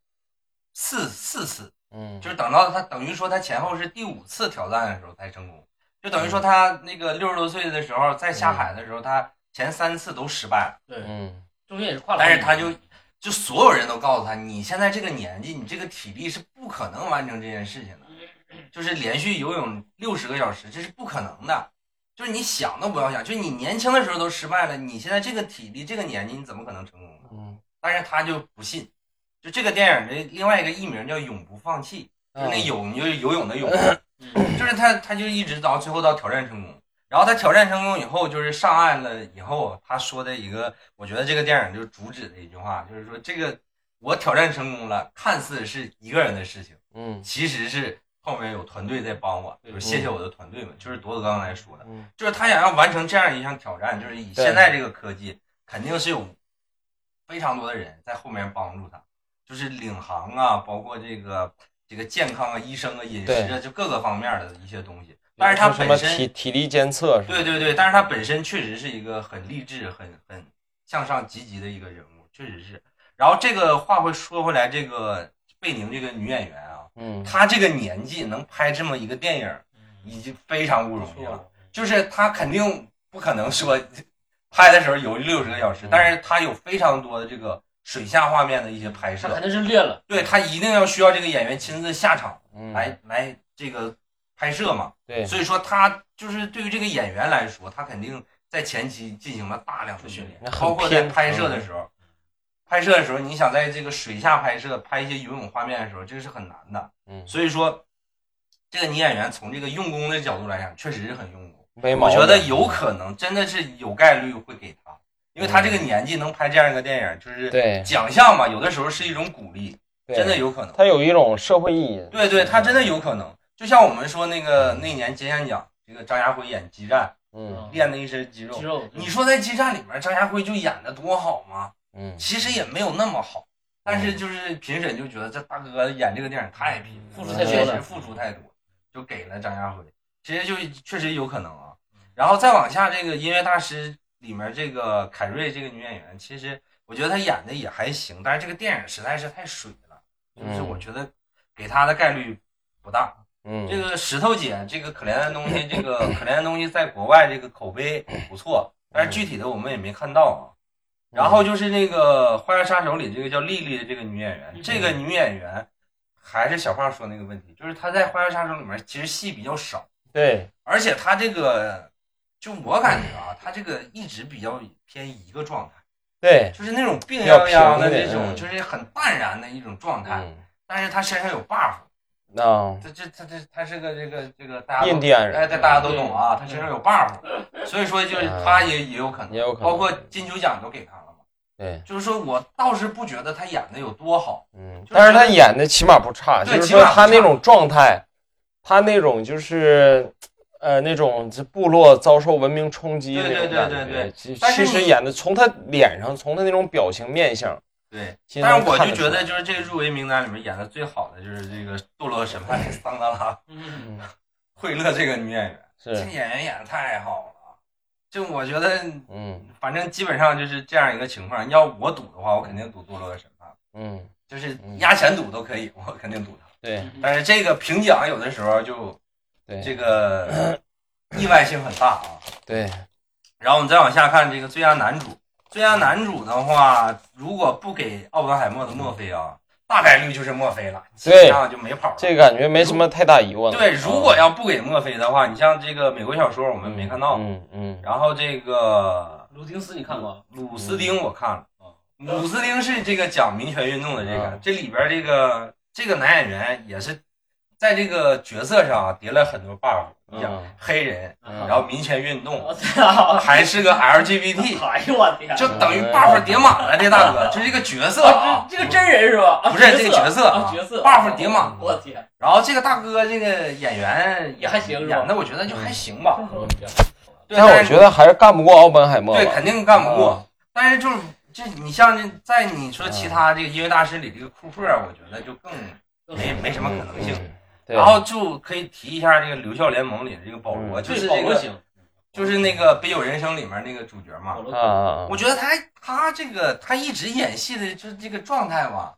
四四次，
嗯，
就是等到他等于说他前后是第五次挑战的时候才成功，就等于说他那个六十多岁的时候在下海的时候，他前三次都失败了，
对，
嗯
中间也是跨了
但
好几
是
年。
他就就所有人都告诉他，你现在这个年纪，你这个体力是不可能完成这件事情的，就是连续游泳六十个小时，这是不可能的。就是你想都不要想，就你年轻的时候都失败了，你现在这个体力、这个年纪，你怎么可能成功呢？
嗯，
但是他就不信。就这个电影的另外一个艺名叫《永不放弃》，就是那
嗯
泳就是游泳的泳，
嗯
就是他，他就一直到最后到挑战成功。然后他挑战成功以后，就是上岸了以后，他说的一个，我觉得这个电影就主旨的一句话，就是说这个我挑战成功了，看似是一个人的事情，
嗯
其实是后面有团队在帮我，就是谢谢我的团队们，就是铎子刚才说的，
嗯
就是他想要完成这样一项挑战，就是以
对
现在这个科技，肯定是有非常多的人在后面帮助他，就是领航啊，包括这个这个健康啊、医生啊、饮食啊，就各个方面的一些东西。但是他
有什么
本
体
身，
体力监测是吧？
对对对，但是他本身确实是一个很励志、很很向上、积极的一个人物，确实是。然后这个话会说回来，这个贝宁这个女演员啊，
嗯
她这个年纪能拍这么一个电影，已经非常不容易了。就是他肯定不可能说 拍的时候有六十个小时
嗯，
但是他有非常多的这个水下画面的一些拍
他肯
摄，
定是练了，
对他一定要需要这个演员亲自下场
嗯
来来这个拍摄嘛，
对
所以说他就是对于这个演员来说，他肯定在前期进行了大量的训练，
那很
包括在
偏嗯
拍摄的时候，拍摄的时候你想在这个水下拍摄拍一些游泳画面的时候，这是很难的，
嗯
所以说这个女演员从这个用功的角度来讲，确实是很用功。
没毛
我
病，嗯
觉得有可能，真的是有概率会给他，因为他这个年纪能拍这样一个电影，就是
对
奖项嘛，有的时候是一种鼓励，
对
真的有可能。
它有一种社会意义。
对对，他真的有可能。就像我们说那个那年金像奖，这个张家辉演激战，
嗯
练的一身肌
肌
肉。
肉。
你说在激战里面，张家辉就演的多好吗？
嗯，
其实也没有那么好，但是就是评审就觉得这大哥演这个电影太拼了，嗯
付出
太多
确
了
实付出太多，就给了张家辉。其实就确实有可能啊。然后再往下，这个音乐大师里面这个凯瑞这个女演员，其实我觉得她演的也还行，但是这个电影实在是太水了，就是
嗯
我觉得给她的概率不大。
嗯，
这个石头姐，这个可怜的东西，这个可怜的东西在国外这个口碑不错，但是具体的我们也没看到啊。
嗯
然后就是那个《花样杀手》里这个叫丽丽的这个女演员，
嗯
这个女演员还是小胖说那个问题，就是她在《花样杀手》里面其实戏比较少，
对，
而且她这个就我感觉啊，她这个一直比较偏一个状态，
对，
就是那种病殃殃的
比较平一点
这种，
嗯
就是很淡然的一种状态。
嗯，
但是她身上有 buff，
那
她这她这她是个这个这个大家都
印第安人
哎，这大家都懂啊，他身上有 buff，所以说就是他也也有可能，
嗯也有可能
包括金球奖都给他了嘛。
对，
就是说我倒是不觉得他演的有多好，
嗯，
就是
但是他演的起码不差，
对
就是
起码
说
不
他那
差
种状态，他那种就是。呃，那种这部落遭受文明冲击
对
那种
对
感
对对
觉，
对
其
但是
其实
你
演的从他脸上，从他那种表情面相，
对。
其实
但
能
是我
看
就
出
觉
来
得，就是这个入围名单里面演的最好的就是这个《堕落审判》的桑德拉
嗯，
嗯
惠勒这个女演员，这
是，
演员演的太好了啊。就我觉得，
嗯
反正基本上就是这样一个情况。要我赌的话，我肯定赌《堕落审判》，
嗯，
就是
嗯
压钱赌都可以，我肯定赌他。
对
嗯
但是这个评奖有的时候就
对
这个意外性很大啊。
对，
然后我们再往下看这个最佳男主，最佳男主的话，如果不给奥本海默的墨菲啊，大概率就是墨菲了，基本上就没跑了。
这个感觉没什么太大疑问了。
对，如果
嗯
要不给墨菲的话，你像这个美国小说我们没看到，
嗯嗯，
然后这个
卢丁斯你看过？
鲁斯丁我看了
嗯，
鲁斯丁是这个讲民权运动的这个
嗯，
这里边这个这个男演员也是在这个角色上啊叠了很多 buff，你想
嗯
黑人，
啊
嗯
然后民权运动，
我 操！
还是个 LGBT，
哎呦我天！
就等于 buff 叠满了，这大 哥就是这个角色
啊
啊，
这这个真人是吧？啊
不是这个角色啊
啊角色哦
，buff 叠满
我
了。
天！
然后这个大哥这个演员
也还行是吧嗯
演的我觉得就还行吧。
哦我天！
对
但我
是
觉得嗯还是干不过奥本海默吧。
对肯定干不过，但是就是这你像这在你说其他这个音乐大师里这个库珀，我觉得就更没没什么可能性。
嗯。对
然后就可以提一下这个《流校联盟》里的这个保罗，
嗯
就是
对，
这
保罗
个
行，
就是那个《杯酒人生》里面那个主角嘛
保。罗
啊啊，
我觉得他他这个他一直演戏的就是这个状态吧，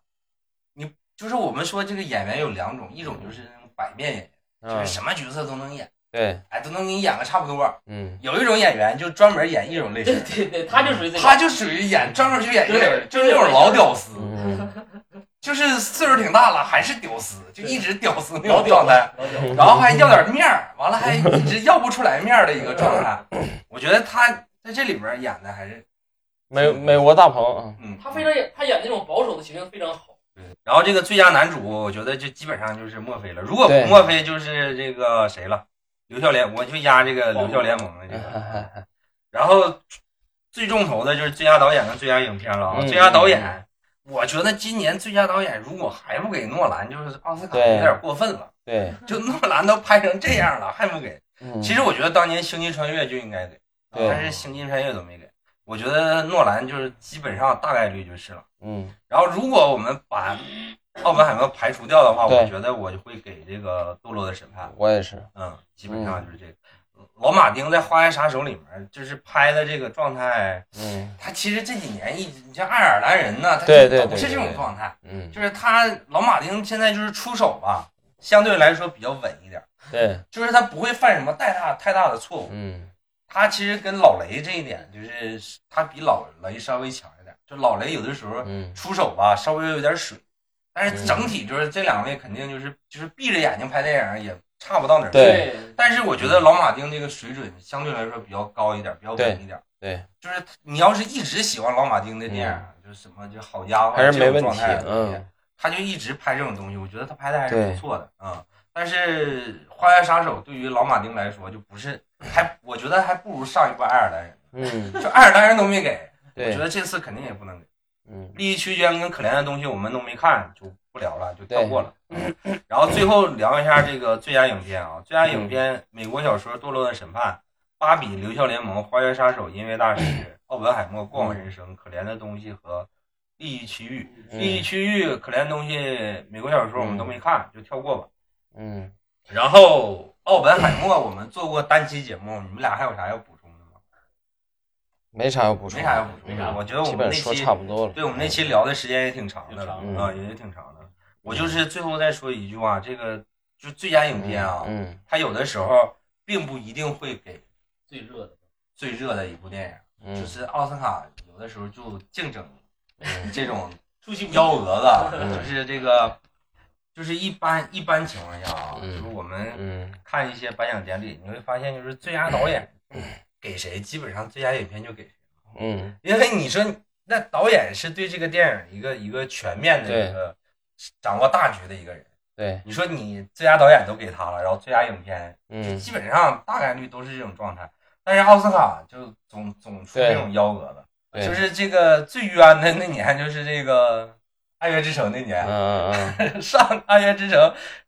你就是我们说这个演员有两种，一种
嗯
就是那种百变演员，就
嗯
是什么角色都能演，
对，
哎，都能给你演个差不多。
嗯
有一种演员就专门演一种类
对
型，
对对，他就属于这
他
个，
就属于演专门去演一
对
种，就是那种老屌丝，
嗯
就是岁数挺大了还是屌丝，就
对
一直屌丝那
老
种
屌
状态。
老屌
然后还要点面儿，完了还一直要不出来面儿的一个状态，我觉得他在这里边演的还是
美美国大鹏啊，
嗯，
他非常演他演那种保守的形象非常好。
然后这个最佳男主，我觉得就基本上就是墨菲了。如果不
对
墨菲，就是这个谁了，刘孝联，我就压这个刘孝联盟的这个。
哦
然后最重头的就是最佳导演跟最佳影片了啊！
嗯
最佳导演，我觉得今年最佳导演如果还不给诺兰，就是奥斯卡有
对
点过分了。
对，
就诺兰都拍成这样了，还不给？
嗯
其实我觉得当年《星际穿越》就应该给，
对
但是《星际穿越》都没给。我觉得诺兰就是基本上大概率就是了。
嗯
然后如果我们把奥本海默排除掉的话，
对
我觉得我就会给这个《堕落的审判》。
我也是，
嗯，基本上就是这个。老马丁在《花样杀手》里面就是拍的这个状态，
嗯
他其实这几年一直，你像爱尔兰人呢，他
对对
就
对
都是这种
对
状态，
嗯，
就是他老马丁现在就是出手吧，相对来说比较稳一点，
对，
就是他不会犯什么太大太大的错误。
嗯
他其实跟老雷这一点，就是他比老雷稍微强一点，就老雷有的时候
嗯
出手吧，稍微有点水，但是整体就是这两位肯定就是就是闭着眼睛拍电影也差不到哪儿去。
对，嗯
但是我觉得老马丁这个水准相对来说比较高一点，比较稳一点。
对，
就是你要是一直喜欢老马丁的电影，就是什么就好家伙，
嗯还是没
这
问
种
题
状态，
嗯，
他就一直拍这种东西，我觉得他拍的还是
对
不错的啊、嗯但是《花样杀手》对于老马丁来说就不是，还我觉得还不如上一部爱尔兰人，
嗯
就爱尔兰人都没给，我觉
对，
得这次肯定也不能给。
嗯
利益区间跟可怜的东西我们都没看，就不聊了，就跳过了。嗯然后最后聊一下这个最佳影片啊，最佳影片《美国小说堕落的审判》《芭比》《留校联盟》《花园杀手》《音乐大师》《奥本海默》《逛人生》《可怜的东西》和《利益区域》。利益
嗯
区域、可怜的东西、美国小说我们都没看，就跳过吧。
嗯
然后奥本海默我们做过单期节目，你们俩还有啥要补充的吗？
没啥要补充，嗯
没啥要补充
没啥
的，我觉得我
基
们
本
那
说
期
差不多了。
对我们那期聊的时间也挺长的了
挺
嗯长
啊，也挺长的。我就是最后再说一句话，这个就最佳影
嗯
片啊，
嗯，
它有的时候并不一定会给
最热的，
最热的一部电影，
嗯
就是奥斯卡有的时候就竞争
嗯
这种
出其不意
幺蛾子，
嗯
就是这个，就是一般一般情况下啊，就
嗯
是我们
嗯
看一些颁奖典礼，你会发现就是最佳导演给谁，基本上最佳影片就给谁，
嗯，
因为你说那导演是对这个电影一个一个全面的
对
一个掌握大局的一个人。
对，
你说你最佳导演都给他了，然后最佳影片
嗯
基本上大概率都是这种状态，但是奥斯卡就总总出
对
这种幺蛾子，
对，
就是这个最冤的那年就是这个《爱乐之城》那年，
嗯嗯 嗯，
上《爱乐之城》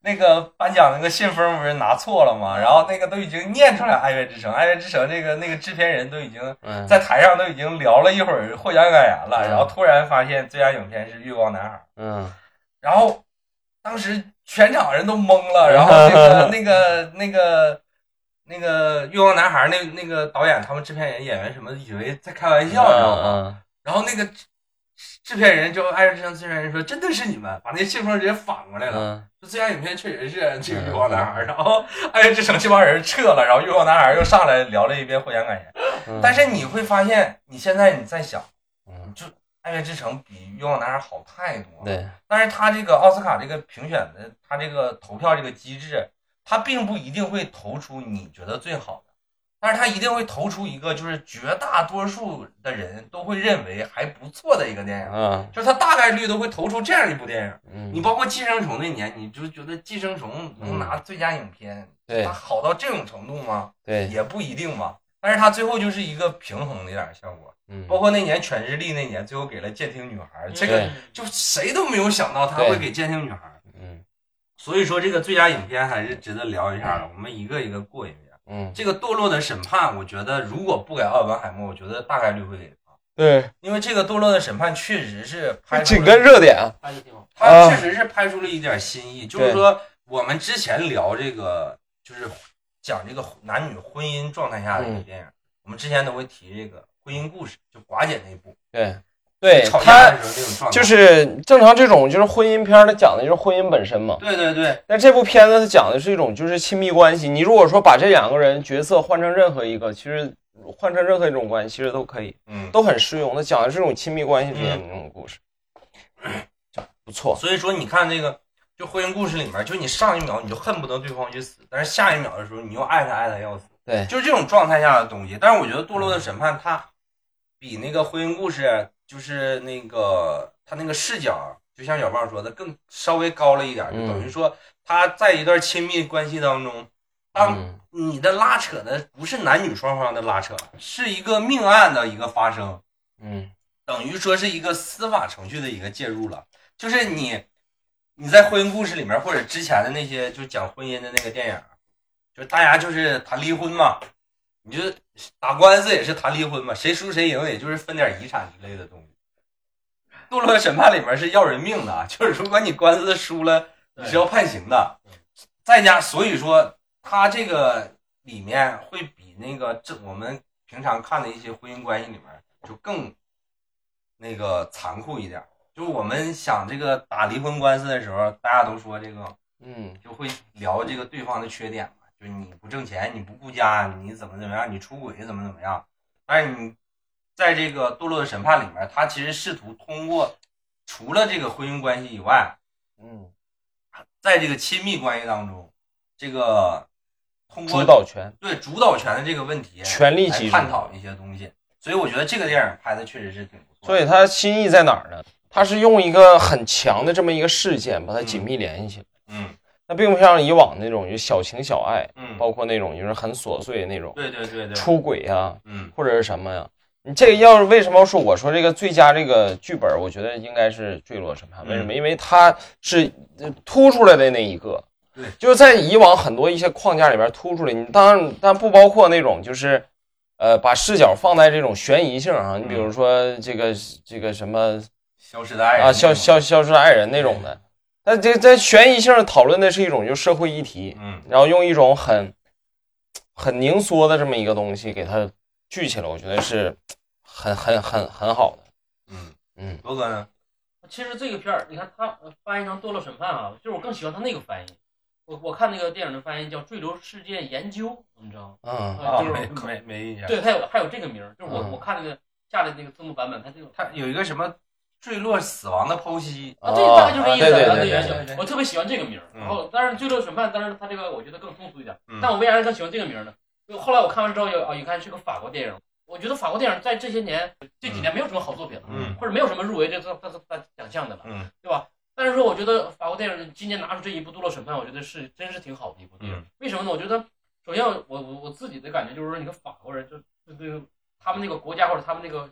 那个颁奖那个信封不是拿错了吗？然后那个都已经念出来《爱乐之城》，《爱乐之城》那个那个制片人都已经
嗯
在台上都已经聊了一会儿获奖感言啊了，
嗯
然后突然发现最佳影片是《月光男孩》。
嗯
然后当时全场人都懵了，然后那 个那个那个那个月光男孩那那个导演他们制片人演员什么的以为在开玩笑，你知道吗？
嗯
然后那个制制片人就爱之声制片人说真的是你们，把那个信封直接反过来了。
嗯
说最佳影片确实是这个月光男孩，然后爱之城这帮人撤了，然后月光男孩又上来聊了一遍获奖感言。
嗯，
但是你会发现，你现在你再想，
嗯
就《爱乐之城》比《月光男孩》好太多了。
对，
但是他这个奥斯卡这个评选的，他这个投票这个机制，他并不一定会投出你觉得最好的，但是他一定会投出一个就是绝大多数的人都会认为还不错的一个电影，
嗯
就是他大概率都会投出这样一部电影。
嗯，
你包括《寄生虫》那年，你就觉得《寄生虫》能拿最佳影片，
嗯对
它好到这种程度吗？
对，
也不一定吧。但是它最后就是一个平衡的一点效果，
嗯
包括那年《犬之力》那年，最后给了《监听女孩》
嗯
这个
对
就谁都没有想到他会给《监听女孩》，
嗯
所以说这个最佳影片还是值得聊一下的。我们一个一个过一遍。
嗯，
这个《堕落的审判》，我觉得如果不给奥本海默，我觉得大概率会给他，
对，
因为这个《堕落的审判》确实是拍出
紧
了
跟热点啊，
拍的挺好。
他确实是拍出了一点新意，就是说我们之前聊这个，就是讲这个男女婚姻状态下的一个
嗯
电影，我们之前都会提这个婚姻故事，就寡姐那部
对对，
吵架
他
的时候那种状态，
就是正常这种就是婚姻片儿，它讲的就是婚姻本身嘛。
对对对
但这部片子它讲的是一种就是亲密关系，你如果说把这两个人角色换成任何一个，其实换成任何一种关系，其实都可以，
嗯，
都很适用。它讲的是这种亲密关系之间的那种故事，就不错。
所以说你看这个。就婚姻故事里面，就你上一秒你就恨不得对方去死，但是下一秒的时候你又爱他爱他要死，
对，
就是这种状态下的东西。但是我觉得《堕落的审判》它比那个《婚姻故事》啊就是那个它那个视角，啊就像小胖说的，更稍微高了一点，就
嗯
等于说他在一段亲密关系当中，当
嗯
你的拉扯的不是男女双方的拉扯，是一个命案的一个发生，
嗯
等于说是一个司法程序的一个介入了，就是你。你在婚姻故事里面，或者之前的那些就讲婚姻的那个电影，就是大家就是谈离婚嘛，你就打官司也是谈离婚嘛，谁输谁赢，也就是分点遗产之类的东西。堕落审判里面是要人命的，啊就是如果你官司输了，你是要判刑的。再加，所以说他这个里面会比那个这我们平常看的一些婚姻关系里面就更那个残酷一点。就是我们想这个打离婚官司的时候，大家都说这个
嗯
就会聊这个对方的缺点嘛，就你不挣钱，你不顾家，你怎么怎么样，你出轨怎么怎么样。但是你在这个《堕落的审判》里面，他其实试图通过除了这个婚姻关系以外，
嗯，
在这个亲密关系当中，这个通过
主导权、
对主导权的这个问题
权力
来
集
探
中。
讨一些东西。所以我觉得这个电影拍的确实是挺不错的。
所以它新意在哪儿呢？它是用一个很强的这么一个事件把它紧密联系起来，
嗯
那并不像以往那种就小情小爱，
嗯，
包括那种就是很琐碎的那种
对对对对，
出轨呀、
嗯
或者是什么呀？你这个要是为什么说我说这个最佳这个剧本，我觉得应该是《坠落审判》。为什么？
嗯
因为它是呃突出来的那一个
对，
就是在以往很多一些框架里边突出来。你当然，但不包括那种就是，呃，把视角放在这种悬疑性上。你比如说这个这个什么
嗯消失的爱人
啊，
那
消
种
消消失的爱人那种的，但这在悬疑性上讨论的是一种就社会议题，
嗯
然后用一种很很凝缩的这么一个东西给它聚起来，我觉得是很很很很好的。
嗯，
嗯，
罗哥呢？
其实这个片儿，你看他呃翻译成《堕落审判》啊，就是我更喜欢他那个翻译。我我看那个电影的翻译叫《坠流事件研究》，你知道吗？
嗯，
啊
啊，
就是
没没没印象。
对，，它有还有这个名儿，就是我、
嗯啊
我看那个下来那个字幕版本，它就有
他有一个什么坠落死亡的剖析，
啊，对，大概就是这意思。
哦对
然后
对
这个
对
对
对
我特别喜欢这个名儿。
嗯
然后，但是《最后审判》，当然它这个我觉得更通俗一点。
嗯
但我为啥更喜欢这个名儿呢？就后来我看完之后，有啊，一看是个法国电影。我觉得法国电影在这些年这几年没有什么好作品了，
嗯
或者没有什么入围这个这个奖项的了，
嗯
对吧？但是说，我觉得法国电影今年拿出这一部《堕落审判》，我觉得是真是挺好的一部电影。
嗯
为什么呢？我觉得首先我我我自己的感觉就是说，你看法国人就就对他们那个国家或者他们那个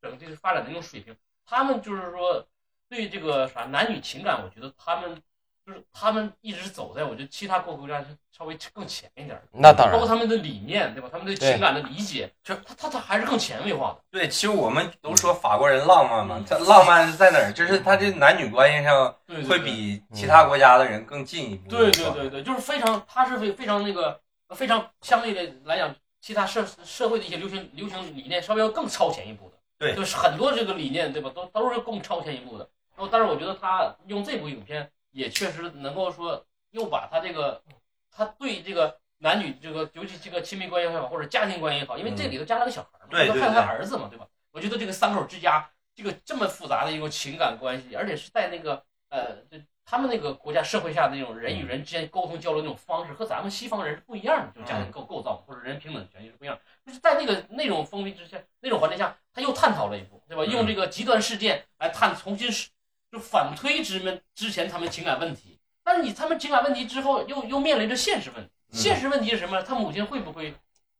整个发展的那种水平，他们就是说对这个啥男女情感，我觉得他们就是他们一直走在我觉得其他各国家是稍微更前一点儿的，
那当
包
然
括，他们的理念，对吧？他们对情感的理解，
对
他他他还是更前卫化的。
对，其实我们都说法国人浪漫嘛，他浪漫在哪儿？就是他这男女关系上
对对
会
对
比
嗯
其他国家的人更进一步。
对对对对，就是非常，他是非非常那个非常相对的来讲，其他社社会的一些流行流行理念稍微要更超前一步的。
对
就是很多这个理念，对吧？都都是更超前一步的。然后，但是我觉得他用这部影片也确实能够说，又把他这个他对这个男女这个，尤其这个亲密关系也好，或者家庭关系也好，因为这里头加了个小孩嘛，
对对
他还有他
对
儿子嘛，对吧？我觉得这个三口之家，这个这么复杂的一个情感关系，而且是在那个呃，就他们那个国家社会下的那种人与人之间沟通交流那种方式，和咱们西方人是不一样的，就是家
嗯
庭构构造或者人平等权益是不一样的。就是在那个那种风靡之下，那种环境下，他又探讨了一步，对吧？
嗯
用这个极端事件来探，重新是就反推之们之前他们情感问题。但是你他们情感问题之后，又又面临着现实问题。
嗯
现实问题是什么？他母亲会不会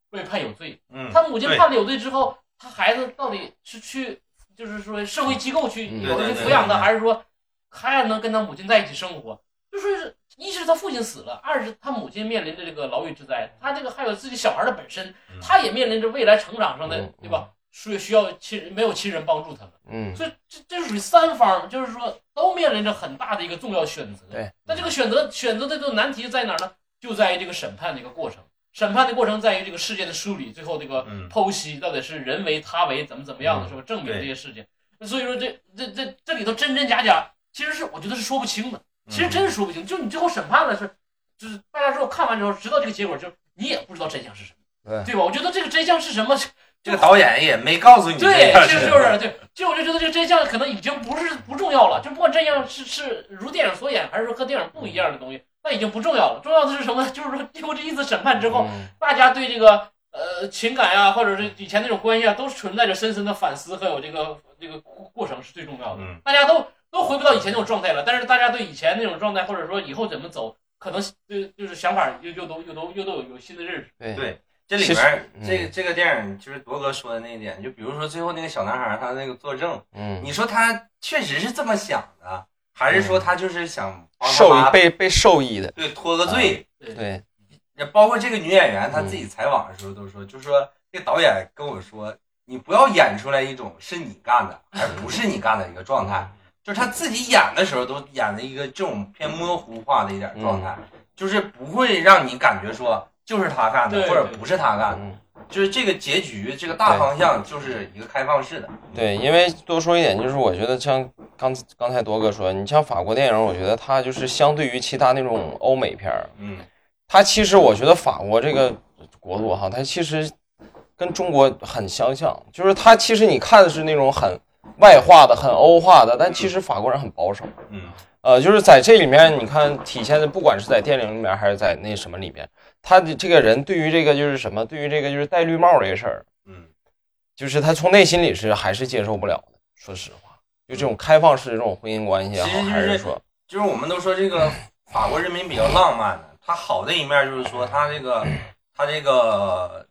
被判有罪？
嗯，
他母亲
对
判了有罪之后，他孩子到底是去，就是说社会机构去
嗯
有人
对对
去
对
抚养他，
对对
还是说还能跟他母亲在一起生活？就说是一是他父亲死了，二是他母亲面临着这个牢狱之灾，他这个还有自己小孩的本身
嗯，
他也面临着未来成长上的
嗯，
对吧？所以需要亲没有亲人帮助他们，
嗯，
所以这这属于三方，就是说都面临着很大的一个重要选择。
对，
那这个选择选择的这个难题在哪儿呢？就在于这个审判的一个过程，审判的过程在于这个事件的梳理，最后这个
嗯
剖析到底是人为他为怎么怎么样的，是吧？证明
对
这些事情，所以说这这这这里头真真假假，其实是我觉得是说不清的，其
嗯
实真是说不清。就你最后审判的是，就是大家之后看完之后知道这个结果，就是你也不知道真相是什么，对吧？我觉得这个真相是什么，
这个导演也没告诉你
对，
个
其实就是对，其实我就觉得这个真相可能已经不是不重要了，就不管真相是是如电影所演，还是说和电影不一样的东西，那已经不重要了。重要的是什么？ 就是说经过这一次审判之后，
嗯
大家对这个呃情感呀、或者是以前那种关系啊，都存在着深深的反思和有这个这个过过程是最重要的。
嗯
大家都都回不到以前那种状态了，但是大家对以前那种状态，或者说以后怎么走，可能就就是想法又又都又都又都有有新的认识。
对
对这里
其
边
实
儿
嗯
这个这个电影就是铎哥说的那一点，就比如说最后那个小男孩儿他那个作证，
嗯，
你说他确实是这么想的，还是说他就是想帮他
受哎益
妈
被被受益的，
对脱个罪？
对，
也包括这个女演员她
嗯
自己采访的时候都说，就说这导演跟我说，你不要演出来一种是你干的，而不是你干的一个状态，
嗯
就是他自己演的时候都演了一个这种偏模糊化的一点状态，
嗯
就是不会让你感觉说就是他干的
对
或者
对
不是他干的，
嗯，
就是这个结局这个大方向就是一个开放式的，
对，因为多说一点，就是我觉得像刚刚才铎哥说，你像法国电影，我觉得它就是相对于其他那种欧美片儿，
嗯
它其实我觉得法国这个国度哈，它其实跟中国很相像，就是它其实你看的是那种很外化的、很欧化的，但其实法国人很保守。
嗯
呃，就是在这里面，你看体现的，不管是在电影里面还是在那什么里面，他的这个人对于这个就是什么，对于这个就是戴绿帽这个事儿，
嗯
就是他从内心里是还是接受不了的。说实话，就这种开放式的这种婚姻关系也
其实
好，
就是
还是说，
就是我们都说这个法国人民比较浪漫的，他好的一面就是说他这个他这个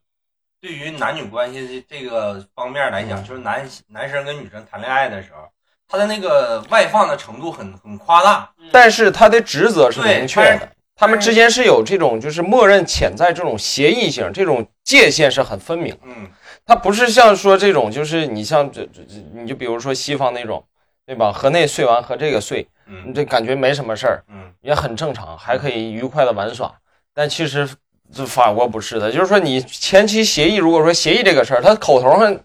对于男女关系这这个方面来讲，就是男男生跟女生谈恋爱的时候，他的那个外放的程度很很夸大，
但是他的职责是
对
明确
但
的，他们之间是有这种就是默认潜在这种协议性，这种界限是很分明的。
嗯
他不是像说这种就是你像这这这，你就比如说西方那种。对吧？和那睡完和这个睡，你
嗯
这感觉没什么事儿，
嗯
也很正常，还可以愉快的玩耍。但其实这法国不是的，就是说你前期协议，如果说协议这个事儿，他口头上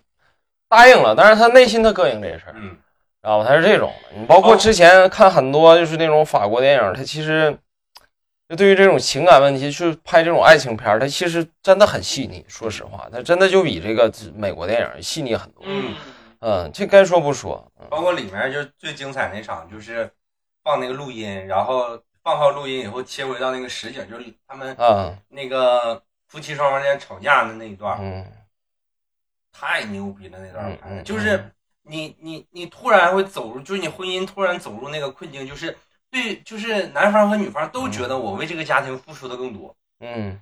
答应了，但是他内心他膈应这个事儿，
嗯
知道吧？啊他是这种的。你包括
哦
之前看很多就是那种法国电影，他其实就对于这种情感问题，去拍这种爱情片儿，他其实真的很细腻。说实话，他真的就比这个美国电影细腻很多。
嗯，
嗯，这该说不说。嗯
包括里面就是最精彩那场，就是放那个录音，然后放好录音以后切回到那个实景，就是他们
啊，
那个夫妻双方之间吵架的那一段，
嗯，
太牛逼了那段拍
嗯
的，
嗯
就是你你你突然会走入，就是你婚姻突然走入那个困境，就是对，就是男方和女方都觉得我为这个家庭付出的更多。
嗯，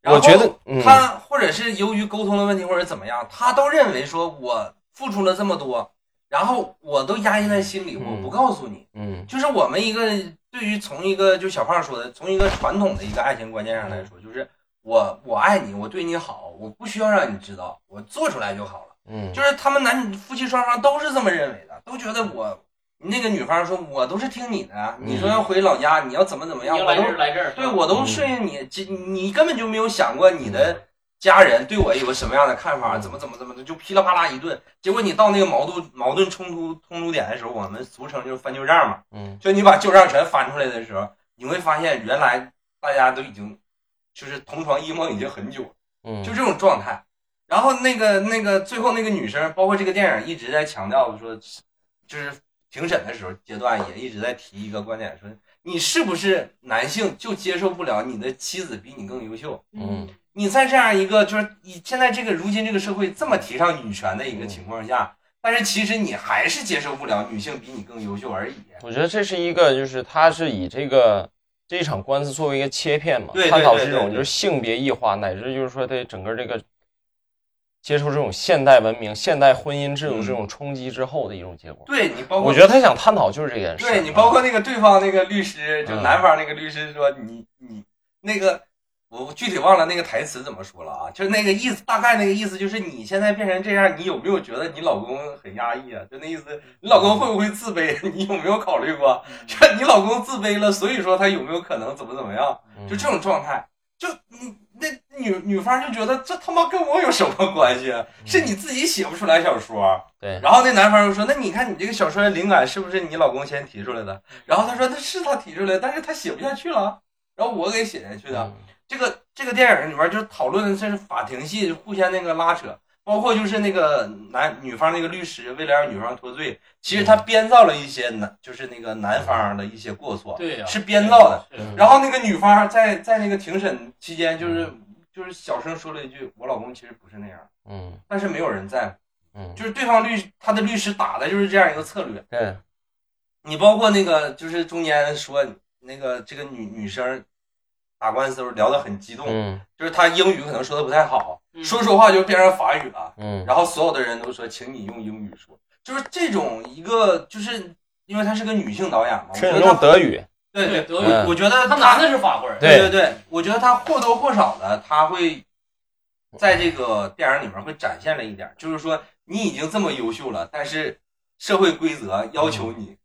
然后
我觉得嗯
他或者是由于沟通的问题或者怎么样，他都认为说我付出了这么多，然后我都压抑在心里，我
嗯
不告诉你。
嗯
就是我们一个对于从一个就小胖说的，从一个传统的一个爱情观念上来说，就是我我爱你，我对你好，我不需要让你知道，我做出来就好了。
嗯，
就是他们男女夫妻双方都是这么认为的，都觉得我那个女方说，我都是听你的啊，
嗯
你说要回老家，你要怎么怎么
你
样，
要
我
来这儿
都
来这儿，
对我都顺应你，这你根本就没有想过你的家人对我有个什么样的看法，
嗯
怎么怎么怎么的，就噼里啪啦一顿。结果你到那个矛盾矛盾冲突冲突点的时候，我们俗称就是翻旧账嘛，
嗯
就你把旧账全翻出来的时候，你会发现原来大家都已经就是同床异梦已经很久了。
嗯，
就这种状态。然后那个那个最后那个女生，包括这个电影一直在强调说，就是庭审的时候阶段也一直在提一个观点，说你是不是男性就接受不了你的妻子比你更优秀？
嗯
你在这样一个就是以现在这个如今这个社会这么提倡女权的
嗯
一个情况下，但是其实你还是接受不了女性比你更优秀而已。
我觉得这是一个，就是他是以这个这一场官司作为一个切片嘛，
对对
探讨
对
这
对
种
对
就是性别异化，乃至就是说对整个这个接受这种现代文明、现代婚姻制度
嗯
这种冲击之后的一种结果。
对你包括
我觉得他想探讨就是这件事儿啊。
对你包括那个对方那个律师，就
嗯
男方那个律师说你你那个，我具体忘了那个台词怎么说了啊，就是那个意思，大概那个意思就是你现在变成这样，你有没有觉得你老公很压抑啊？就那意思，你老公会不会自卑？ 你有没有考虑过？
嗯
就是你老公自卑了，所以说他有没有可能怎么怎么样？
嗯
就这种状态，就你那女女方就觉得这他妈跟我有什么关系啊？是
嗯
你自己写不出来小说啊。
对，
然后那男方又说：“那你看你这个小说的灵感是不是你老公先提出来的？”然后他说：“那是他提出来的，但是他写不下去了，然后我给写下去的。
嗯
这个这个电影里面就是讨论的这是法庭戏，互相那个拉扯，包括就是那个男女方那个律师为了让女方脱罪，其实他
嗯
编造了一些男就是那个男方的一些过错，
对呀，
是编造的。
是，
嗯
然后那个女方在在那个庭审期间，就是
嗯
就是小声说了一句：“我老公其实不是那样。”
嗯
但是没有人在乎。
嗯，
就是对方律他的律师打的就是这样一个策略。
对，
你包括那个就是中间说那个这个女女生打官司的时候聊得很激动，
嗯
就是她英语可能说的不太好，
嗯
说说话就变成法语了，
嗯
然后所有的人都说请你用英语说，就是这种一个就是。因为她是个女性导演嘛，我觉
甚至
得
用
她
德语，
对对，
德
嗯
语，
我觉得
他男的是法国人，
对对对，我觉得她或多或少的，她会在这个电影里面会展现了一点，就是说你已经这么优秀了，但是社会规则要求你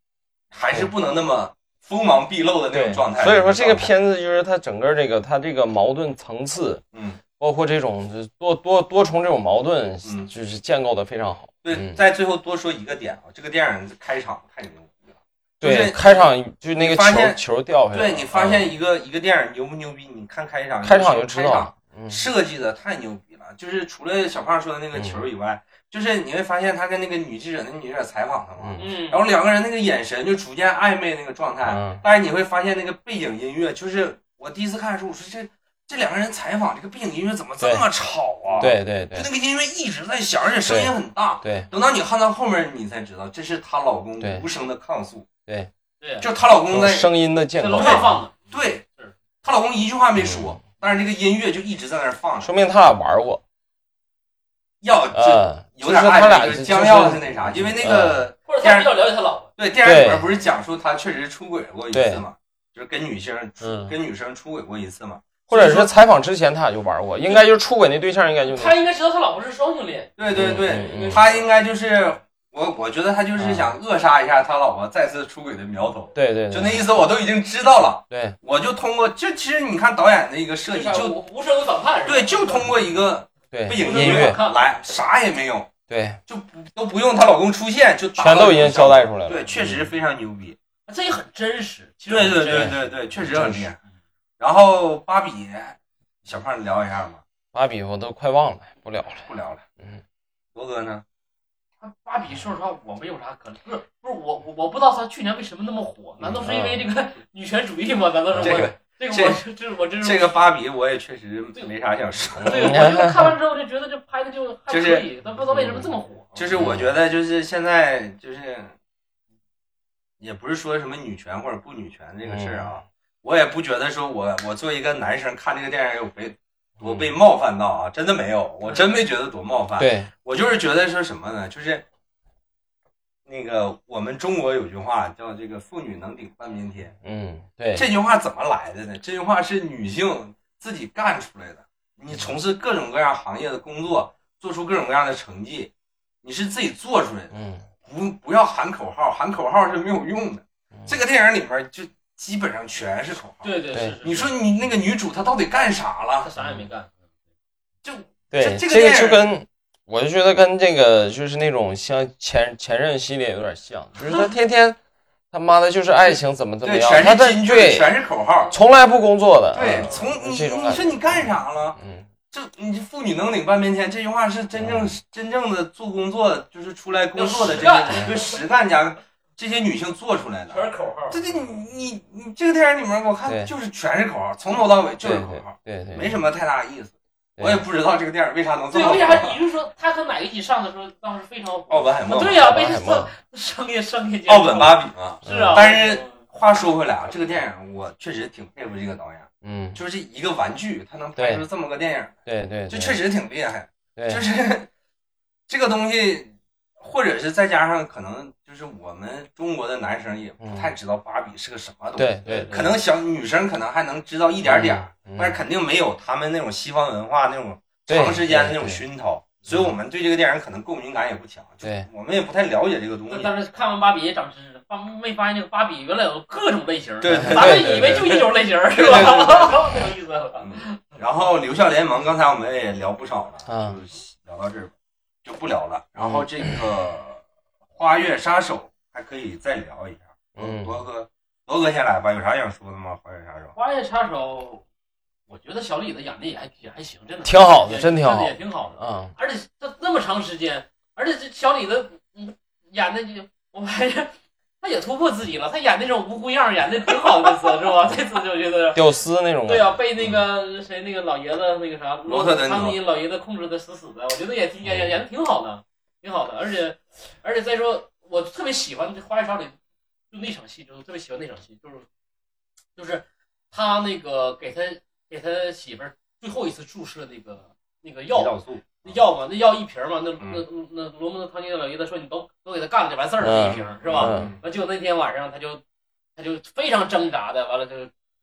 还是不能那么锋芒毕露的那种状态。
所以说这个，片子就是它整个这个它这个矛盾层次，
嗯，
包括这种就是多多多重这种矛盾，
嗯
就是建构的非常好。
对，
嗯
在最后多说一个点啊，这个电影开场太牛逼了。就
对，
是
开场就那个
你发现
球球掉下来了，
对你发
嗯
现一个一个电影牛不牛逼，你看开场，
开场就知道
开场
了，嗯
设计的太牛逼了，就是除了小胖说的那个球以外，就是你会发现他跟那个女记者，那女记者采访他嘛，
嗯
嗯，
然后两个人那个眼神就逐渐暧昧那个状态，
嗯
但是你会发现那个背景音乐，就是我第一次看的时候，我说这这两个人采访这个背景音乐怎么这么吵啊？，
对对
就
对
那个音乐一直在响，而且声音很大。
对
等到你看到后面，你才知道这是她老公
对
无声的抗诉，
对，
对，
就她老公
有
在
声音的建
在
构
楼，上放的，
对
是，
她老公一句话没
嗯
说，但是这个音乐就一直在那儿放着，
说明他俩玩过，
要就
嗯，
有点
就是他
暧
俩
昧，就是
就嗯
将要是那啥，因为那个
或者他比较了解他老婆，
对电影里
对
面不是讲述他确实出轨过一次嘛，就是跟女生出
嗯
跟女生出轨过一次嘛，
或者
所
是
以说
采访之前他俩就玩过，应该就是出轨那对象应该就
他应该知道他老婆是双性恋，
对对
嗯嗯嗯
对，他应该就是我我觉得他就是想扼杀一下他老婆再次出轨的苗头，
对对
就
对
那意思我都已经知道了，
对，
我就通过就其实你看导演的一个设计
就是
就
无无声反叛，是吧
对，就通过一个
对
背景
对
音
没有
乐
看
来，啥也没有，
对，
就不都不用她老公出现，就达到
全都已经交代出来了嗯
对，确实非常牛逼，
这也很真实。其实
对对
很真
对
实
对对，确实很厉害。然后芭比，小胖聊一下吧，
芭比我都快忘了，不聊了。
不聊了。
嗯，
罗哥呢？
他芭比，说实话，我没有啥可不是不是我我我不知道他去年为什么那么火，难道是因为这个女权主义吗？难道是
嗯这个
我这
这
个我是这是我真是
这个芭比我也确实没啥想说，
对，我就看完之后就觉得这拍的就还可以，但不知道为什么这么火。
嗯就是我觉得就是现在就是，也不是说什么女权或者不女权这个事儿啊，
嗯
我也不觉得说我我作为一个男生看这个电影有被我
嗯
被冒犯到啊，真的没有，我真没觉得多冒犯，
对，
我就是觉得说什么呢，就是。那个，我们中国有句话叫“这个妇女能顶半边天”，
嗯，对，
这句话怎么来的呢？这句话是女性自己干出来的。你从事各种各样行业的工作，做出各种各样的成绩，你是自己做出来的，
嗯，
不不要喊口号，喊口号是没有用的
嗯。
这个电影里面就基本上全是口号。
对对
对
是，是
你说你那个女主她到底干啥
他
了？
啥也没干，
就
对，
这这
这
个电
个
影
就跟我就觉得跟这个就是那种像前前任系列有点像，就是 他天天他妈的就是爱情怎么怎么
对，
样，
全
他
是
在
金句，
对
全是口号。
从来不工作的，
对，
嗯
从你
这种
你
感
说
觉
你干啥了？
嗯，
这你妇女能顶半边天这句话是真正、真正的做工作，就是出来工作的这
要实
些
干
对实干家，这些女性做出来的。
是口号
这这你你你这个电影里面，我看
对
就是全是口号，从头到尾就
对
是口号，
对对对，
没什么太大意思。
对
我也不知哦道这个电影为啥能这
对，
么
为啥？
火。
你是说他和哪一集上的时候当时非常火？
奥本海默，
啊对呀，为
奥
啥
本海默
商业商业
奥本芭比嘛。
是啊，
但是话说回来啊，这个电影我确实挺佩服这个导演，
嗯，
就是一个玩具，他能拍出这么个电影，
对对，
就
对
确实挺厉害。
对
就是这个东西，或者是再加上可能就是我们中国的男生也不太知道芭比是个什么东西，
嗯对对，
可能小女生可能还能知道一点点儿，
嗯
但是肯定没有他们那种西方文化那种
对
长时间的那种
对嗯
熏陶，所以我们对这个电影可能共鸣感也不强，
对，
我们也不太了解这个东西。
但是看完芭比也长知识了，发没发现这个芭比原来有各种类型？
对对对
咱们以为就一种类型 是吧？ 没有意思了。
嗯然后留校联盟，刚才我们也聊不少了，
嗯
就是聊到这儿吧就不聊了。然后这个花月杀手还可以再聊一下。
嗯
罗哥，罗哥先来吧，有啥想说的吗？花月杀手，
花月杀手，我觉得小李子演的也还也还行，真的
挺好的
也
真挺好
也挺好的。
啊，
而且这那么长时间，而且这小李子嗯演的就，我还 是他也突破自己了，他演那种无辜样儿演的挺好的，这次是吧？ 这次就觉得。
屌丝那种感
对
觉，
啊，被那个谁那个老爷子那个啥
嗯罗特丹嗯
汤尼老爷子控制的死死的，我觉得也挺演演演的挺好的，挺好的，而且而且再说，我特别喜欢《花月少女》就那场戏，就是特别喜欢那场戏，就是就是他那个给他给他媳妇儿最后一次注射那个那个药
胰，岛素，
那药嘛，那药一瓶嘛，那
嗯
那那罗蒙特汤尼老爷子说你都都给他干了就完事儿了，
嗯
一瓶是吧？
嗯
完结果那天晚上他就他就非常挣扎的，完了就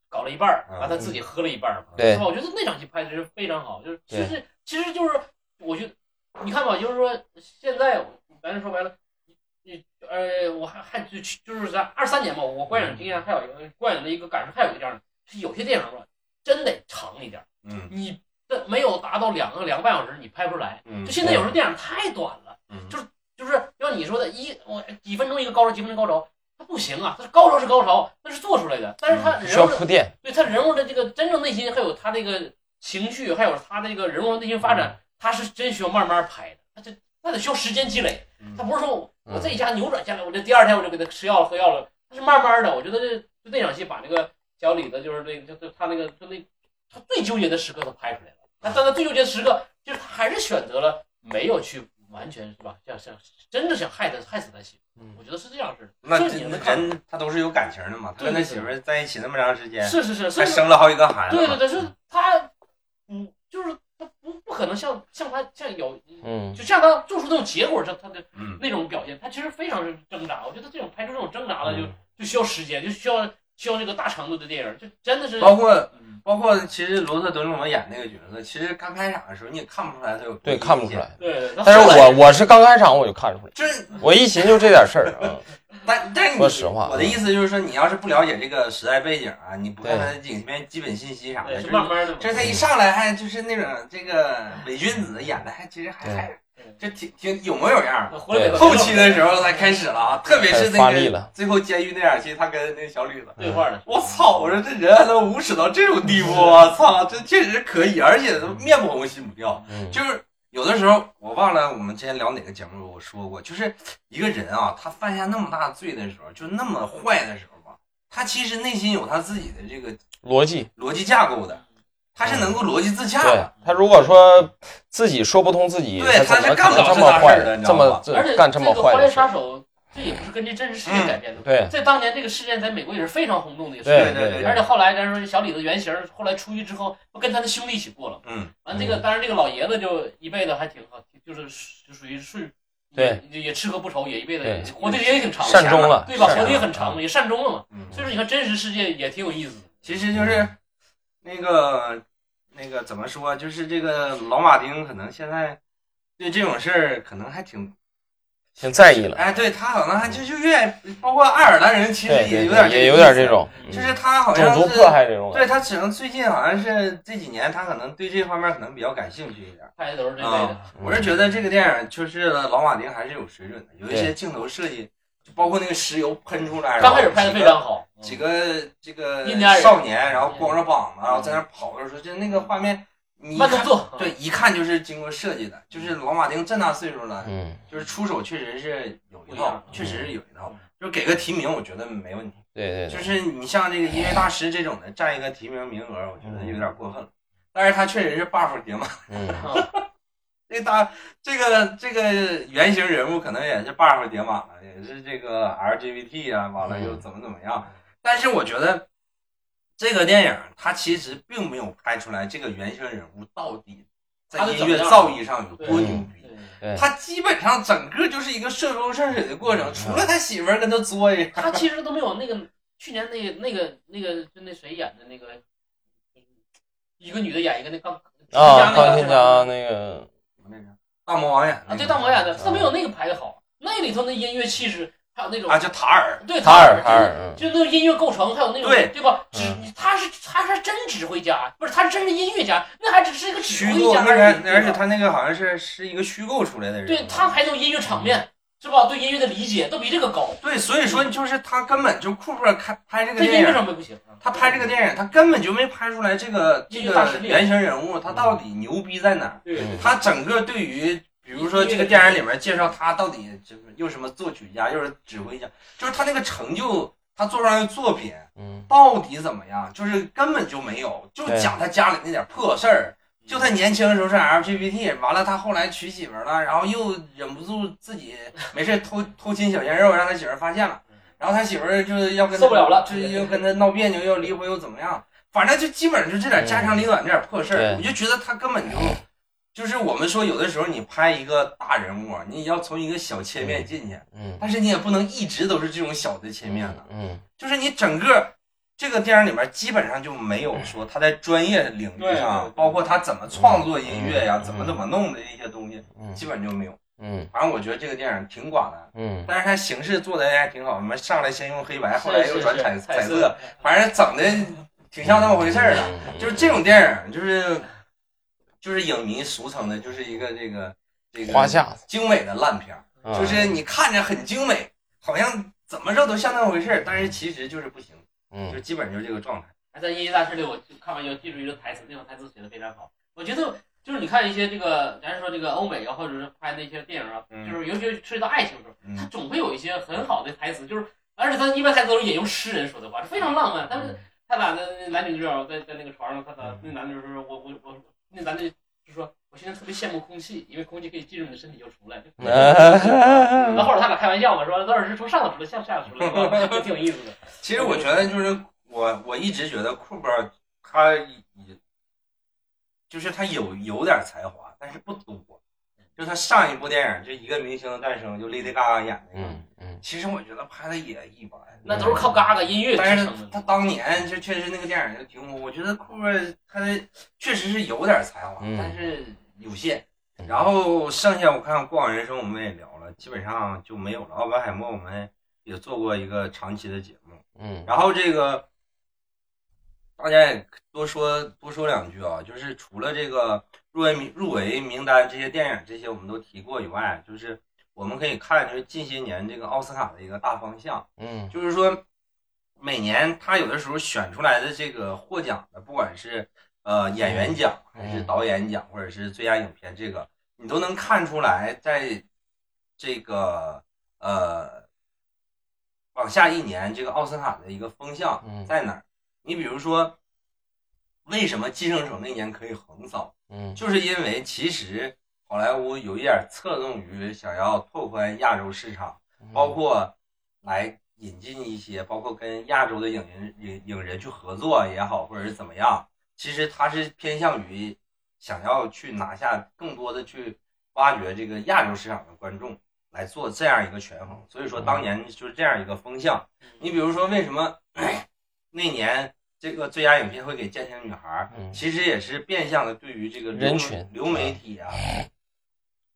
搞了一半儿，
嗯
完他自己喝了一半儿嘛，
对
是吧？我觉得那场戏拍的是非常好，就是其
对
实其实就是我觉得你看吧，就是说现在我咱就说白了，你你呃，我还还就就是咱二三年吧，我观影
嗯
经验还有一个观影的一个感受，还有一个这样的，是有些电影吧，真得长一点儿，
嗯
你这没有达到两个两个半小时，你拍不出来。
嗯
就，现在有时候电影太短了。
嗯
就就是像你说的，一我几分钟一个高潮，几分钟高潮，它不行啊，它是高潮是高潮，那是做出来的，但是他
需
人
要
物的、
铺垫，
对他人物的这个真正内心，还有他这个情绪，还有他这个人物的内心发展，他是真需要慢慢拍的，他这他得需要时间积累，
嗯
他不是说我我这一下扭转下来，我这第二天我就给他吃药了喝药了，他是慢慢的，我觉得这就那场戏把这个小李子就是那就就他那个就那他最纠结的时刻都拍出来了，那但他最纠结的时刻就是他还是选择了没有去完全是吧，像像真的想害他害死他媳妇，我觉得是这样式的，
嗯那
就
这
是你能看
人他都是有感情的嘛，他跟他媳妇儿在一起那么长时间，
是是是，所
还
以
生了好几个孩子
对
嘛，
对对，就是他嗯就是他不不可能像像他像有
嗯
就像他做出那种结果，他他的
嗯
那种表现，他其实非常挣扎，我觉得这种拍出这种挣扎的就。
嗯
就需要时间，就需要需要这个大长度的电影，就真的是
包括
嗯
包括其实罗特·德鲁蒙演那个角色，其实刚开场的时候你也看不出来他有多
对，
意见
看不出来。
对，
但
后
是
来
我我是刚开场我就看出来，
就是，
我一寻就这点事儿啊。
但但是
说
你
实话
我的意思就是说，你要是不了解这个时代背景啊，你不看
对
他的影片基本信息啥的，
对，
就是是
慢慢的，
就是他一上来还就是那种这个伪君子演的，还其实还
对
还就挺挺有模有样的。
回来
对
后期的时候才开始了啊，特别是
开始发
那
力
个
了
最后监狱那场戏，他跟那个小吕子，
对话嗯了，
我操！我说这人还能无耻到这种地步，啊我操，这确实可以，而且都面不红心不跳。
嗯，
就是有的时候，我忘了我们之前聊哪个节目我说过，就是一个人啊，他犯下那么大罪的时候，就那么坏的时候吧，他其实内心有他自己的这个
逻辑
逻辑架构的，他是能够逻辑自洽
对
的。
他如果说自己说不通自己，
对他
他怎
是
么可
干不
能
了这
这么
大事
坏
儿的你知道
这么
吧
而且
这干这么
个
坏
花
的
园
事儿？嗯
杀手》这也不是根据真实事件改编的，
对
在当年这个事件在美国也是非常轰动的一个事
对
件。
对
而且
对，
后来，咱说小李子原型后来出狱之后，不跟他的兄弟一起过了吗。
嗯，
完啊这个，当然这个老爷子就一辈子还挺好，就是就属于是，
对
也，也吃喝不愁，也一辈
对
子活的也挺长的，
善终
啊
了，
对吧？
善
活
终啊
的也很
了
长嘛，也善终了嘛。
嗯
所以说，你看真实世界也挺有意思的。
其实就是那个那个怎么说，就是这个老马丁可能现在对这种事儿可能还挺
挺在意了，
哎，对他可能还就就越包括爱尔兰人，其实
对对
有
对，
点
也有
有
点这，种
啊就
嗯
是他好
种
像
族
是
迫害这种感
对
觉，
他只能最近好像是这几年，他可能对这方面可能比较感兴趣一点。
大家都是这一类的。
嗯
我是觉得这个电影就是老马丁还是有水准的，有一些
对
镜头设计，就包括那个石油喷出来，
刚开始拍的非常
好。
好，
几个这个
嗯印第安人嗯
少年，然后光着膀子，然后在那跑的时候，就那个画面，你一
慢动
看，
作， 嗯
对，一看就是经过设计的。就是老马丁这大岁数了，
嗯，
就是出手确实是有一
不一样嗯
套，确实是有一套。就给个提名，我觉得没问题。
对对
就
对，
是你像这个音乐大师这种的，占一个提名名额，我觉得有点过分了。但是他确实是 buff 叠满，
嗯，
嗯
这大这个这个原型人物可能也是 buff 叠满了，也是这个 LGBT 啊，完了又怎么怎么样。但是我觉得这个电影它其实并没有拍出来这个原型人物到底在音乐造诣上有多牛逼。
对
对
他基本上整个就是一个顺风顺水的过程，除了他媳妇儿跟他作一
他其实都没有那个去年那个那个那个就那谁演的那个，一个女的演一个那钢
啊，
钢
钢
琴
琴
家
家嗯那
那个
个，
那个大魔王演的
啊，对大魔演的，他没有那个拍的好，那里头那音乐气势还有那种
啊，叫塔尔，
对
塔尔塔
塔
尔嗯
就就那种音乐构成，还有那种
对
吧？指
嗯
他是他是真指挥家，不是他是真是音乐家，那还只是一个指
虚
挥
构
家
那
而已。
个，
对
而且
吧
他那个好像是是一个虚构出来的人。
对他还有音乐场面是吧？对音乐的理解都比这个高，
对，所以说就是他根本就库珀开拍这个
在音
电
乐
影，
上面不行。
他拍这个电影，他根本就没拍出来这个这
这个大
个
实力
原型人物他到底牛逼在哪儿。
对
嗯
他整个对于，比如说这个电影里面介绍他到底就是又什么作曲家，又是指挥家，就是他那个成就，他做出来的作品
嗯，
到底怎么样，就是根本就没有，就
对
讲他家里那点破事儿。就他年轻的时候是 LGBT，完了他后来娶媳妇儿了，然后又忍不住自 己没事偷偷亲小鲜肉，让他媳妇儿发现了，然后他媳妇儿就是要跟他
嗯受不了了
就是又跟他闹别扭，又离婚又怎么样，反正就基本上就这点家长里短这点破事
对
儿，我就觉得他根本就就是我们说有的时候你拍一个大人物，啊你也要从一个小切面进去，
嗯，
但是你也不能一直都是这种小的切面的。
嗯，
就是你整个这个电影里面基本上就没有说他在专业领域
对对
上
对，
包括他怎么创作音乐呀、
嗯
怎么怎么弄的这些东西，
嗯，
基本就没有。
嗯，
反正我觉得这个电影挺寡的，
嗯，
但是它形式做的还挺好。我们上来先用黑白，
是
后来又转
是
彩
是彩
色，，反正整的挺像那么回事儿的。
嗯
就是这种电影，就是就是影迷俗称的，就是一个这个这个
嗯花架子，
精美的烂片儿。
嗯
就是你看着很精美，好像怎么着都像那回事儿，但是其实就是不行，就
嗯，
基本就是这个状态。
哎在《音乐大师》里，我就看完以后记住一个台词，那种台词写的非常好。我觉得就是你看一些这个，咱说这个欧美啊，或者是拍那些电影啊，
嗯
就是尤其是涉及到爱情的时候，
嗯
他总会有一些很好的台词，就是而且他一般台词都是引用诗人说的话，非常浪
嗯
漫。但是他俩的男女主角在在那个床上，他俩那男的就说：“我我我，那男的就说我现在特别羡慕空气，因为空气可以进入你的身体就出来。”
嗯
然后
嗯
后来他俩开玩笑嘛，说那是从上头出来向下出 来，就挺有意思的。
其实我觉得就是我我一直觉得库珀他也就是他有有点才华，但是不多。就他上一部电影就一个明星的诞生，就 Lady Gaga 演那个，
嗯嗯嗯
其实我觉得拍的也一般，
那都是靠嘎嘎音乐
但
支
是
撑的。
他当年就确实那个电影就挺火，我觉得库尔他确实是有点才华，
嗯
但是有限。
嗯
然后剩下我看过往人生我们也聊了，基本上就没有了。奥本海默我们也做过一个长期的节目，
嗯
然后这个大家也多说多说两句啊，就是除了这个入围名入围名单这些电影这些我们都提过以外，就是我们可以看就是近些年这个奥斯卡的一个大方向。
嗯
就是说，每年他有的时候选出来的这个获奖的，不管是呃演员奖还是导演奖，或者是最佳影片，这个你都能看出来，在这个呃往下一年这个奥斯卡的一个风向
嗯
在哪儿。你比如说，为什么《寄生虫》那年可以横扫？
嗯
就是因为其实好莱坞有一点儿侧重于想要拓宽亚洲市场。
嗯，
包括来引进一些，包括跟亚洲的影人影影人去合作也好，或者是怎么样，其实他是偏向于想要去拿下更多的去挖掘这个亚洲市场的观众来做这样一个权衡。所以
嗯
说当年就是这样一个风向。你比如说为什么 那年这个最佳影片会给《家庭女孩》，
嗯
其实也是变相的对于这个流
人群
流媒体啊。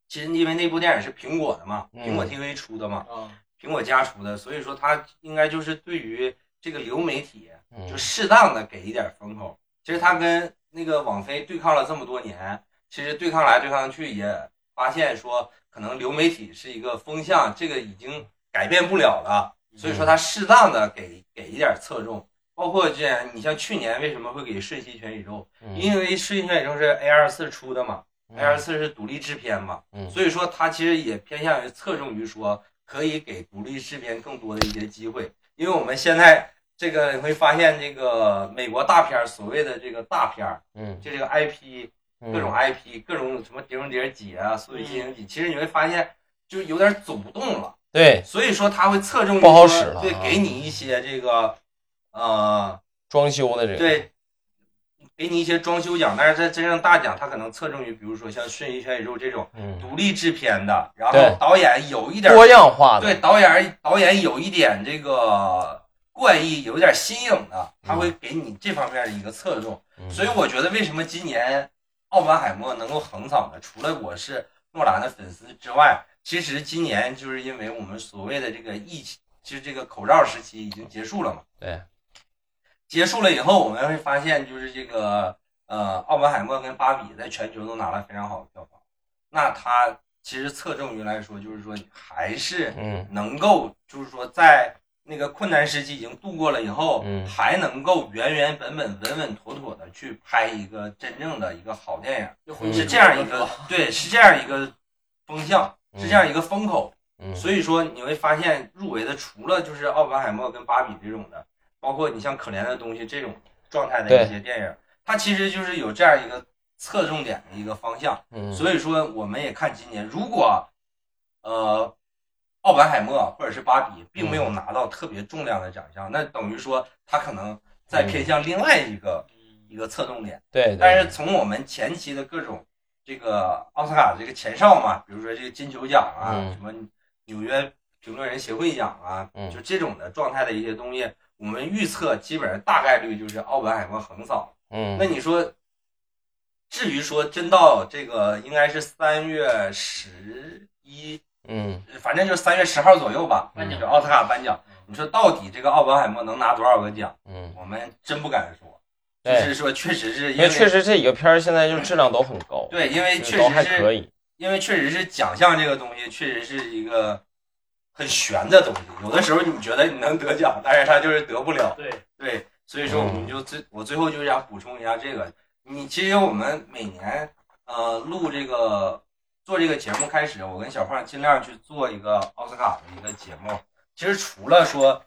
其实因为那部电影是苹果的嘛，
嗯
苹果 TV 出的嘛，
啊，
苹果家出的，所以说它应该就是对于这个流媒体，
嗯
就适当的给一点风口。其实它跟那个网飞对抗了这么多年，其实对抗来对抗去，也发现说可能流媒体是一个风向，这个已经改变不了了。所以说它适当的给给一点侧重，包括这样，你像去年为什么会给《瞬息全宇宙》？
嗯
因为《瞬息全宇宙》是 A 二四出的嘛，A 二四是独立制片嘛，
嗯
所以说它其实也偏向于侧重于说可以给独立制片更多的一些机会，因为我们现在这个你会发现，这个美国大片儿所谓的这个大片儿，
嗯
就这个 IP 各种 IP 各种什么《碟中谍几》啊，《速度与激
嗯
情几》，其实你会发现就有点走不动了，
对
所以说它会侧重于
不好
说
使了
对
啊，
给你一些这个呃
装修的这个
对，给你一些装修奖，但是在真正大奖，它可能侧重于，比如说像《瞬息全宇宙》这种
嗯
独立制片的，然
对
后导演有一点儿
多样化的
对导演导演有一点这个怪异，有一点新颖的，他会给你这方面的一个侧重。
嗯
所以我觉得，为什么今年奥本海默能够横扫呢？除了我是诺兰的粉丝之外，其实今年就是因为我们所谓的这个疫情，其实这个口罩时期已经结束了嘛。
对
结束了以后，我们会发现，就是这个呃，奥本海默跟芭比在全球都拿了非常好的票房。那它其实侧重于来说，就是说还是
嗯
能够，就是说在那个困难时期已经度过了以后，
嗯
还能够原原本本、稳稳妥妥的去拍一个真正的一个好电影，
就回
是这样一个
嗯
对，是这样一个风向，
嗯
是这样一个风口。
嗯
所以说你会发现入围的除了就是奥本海默跟芭比这种的，包括你像可怜的东西这种状态的
对
一些电影，它其实就是有这样一个侧重点的一个方向。
嗯
所以说我们也看今年，如果呃奥本海默或者是芭比并没有拿到特别重量的奖项，那等于说他可能
嗯
在偏向另外一个一个侧重点。
对对
但是从我们前期的各种这个奥斯卡的这个前哨嘛，比如说这个金球奖啊，
嗯
什么纽约评论人协会奖啊，
嗯
就这种的状态的一些东西，我们预测基本上大概率就是奥本海默横扫。
嗯
那你说，至于说真到这个应该是三月十一，
嗯
反正就是三月十号左右吧，
颁奖嗯
就奥斯卡颁奖。你说到底这个奥本海默能拿多少个奖？
嗯
我们真不敢说，就
对
是说确实是因
因
为
为确实这几个片儿现在就质量都很高，
对，因为确
都还
实
可
是，
以，
因为确实是奖项这个东西，确实是一个很悬的东西。有的时候你觉得你能得奖，但是他就是得不了。
对，
对，所以说我们
哦
就最，我最后就想补充一下这个，你其实我们每年呃录这个做这个节目开始，我跟小胖尽量去做一个奥斯卡的一个节目。其实除了说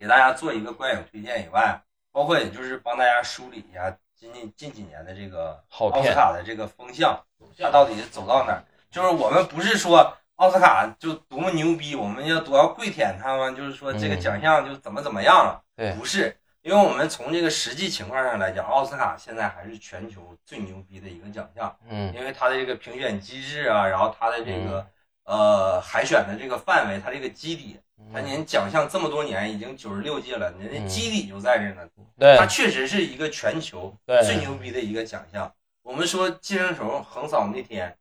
给大家做一个观影推荐以外，包括也就是帮大家梳理一下近近近几年的这个
好
奥斯
片
卡的这个风向，它到底是走到哪儿？就是我们不是说奥斯卡就多么牛逼，我们要多要跪舔他们，就是说这个
嗯
奖项就怎么怎么样了。
对
不是，因为我们从这个实际情况上来讲，奥斯卡现在还是全球最牛逼的一个奖项，
嗯
因为它的这个评选机制啊，然后它的这个呃海选的这个范围，它这个基底，它
嗯
您奖项这么多年已经九十六届了，您
嗯
这基底就在这儿呢。
对
它确实是一个全球
对
最牛逼的一个奖项。我们说寄生虫横扫那天，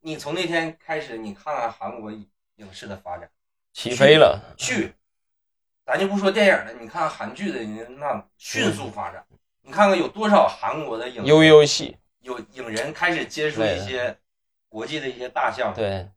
你从那天开始，你看看韩国影视的发展，
起飞了，
剧，咱就不说电影了，你看看韩剧的，人那迅速发展。你看看有多少韩国的影
悠悠戏，
有影人开始接触一些国际的一些大项，
对，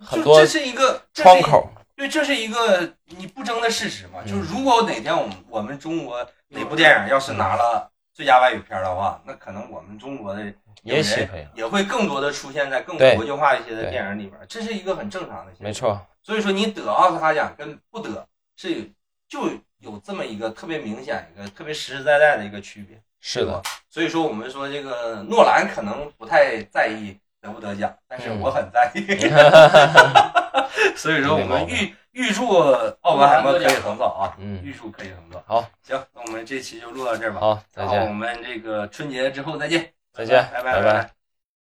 就
很多
这是一个这是
窗口，
对，这是一个你不争的事实嘛。
嗯
就是如果哪天我们我们中国哪部电影要是拿了最佳外语片的话，那可能我们中国的
也起飞了，
也会更多的出现在更
对
国际化一些的
对
电影里边儿，这是一个很正常的现
没
象。
错，
所以说，你得奥斯卡奖跟不得是有就有这么一个特别明显、一个特别实实在在的一个区别。
是的，
所以说，我们说这个诺兰可能不太在意得不得奖，但是我
嗯
很在 意。所以说，我们预预祝奥本海默可以横扫啊，
嗯，
预祝可以横扫。
好，
行，那我们这期就录到这儿吧。
好，再
然后我
见，
们这个春节之后再见，
再见，
拜
拜
拜。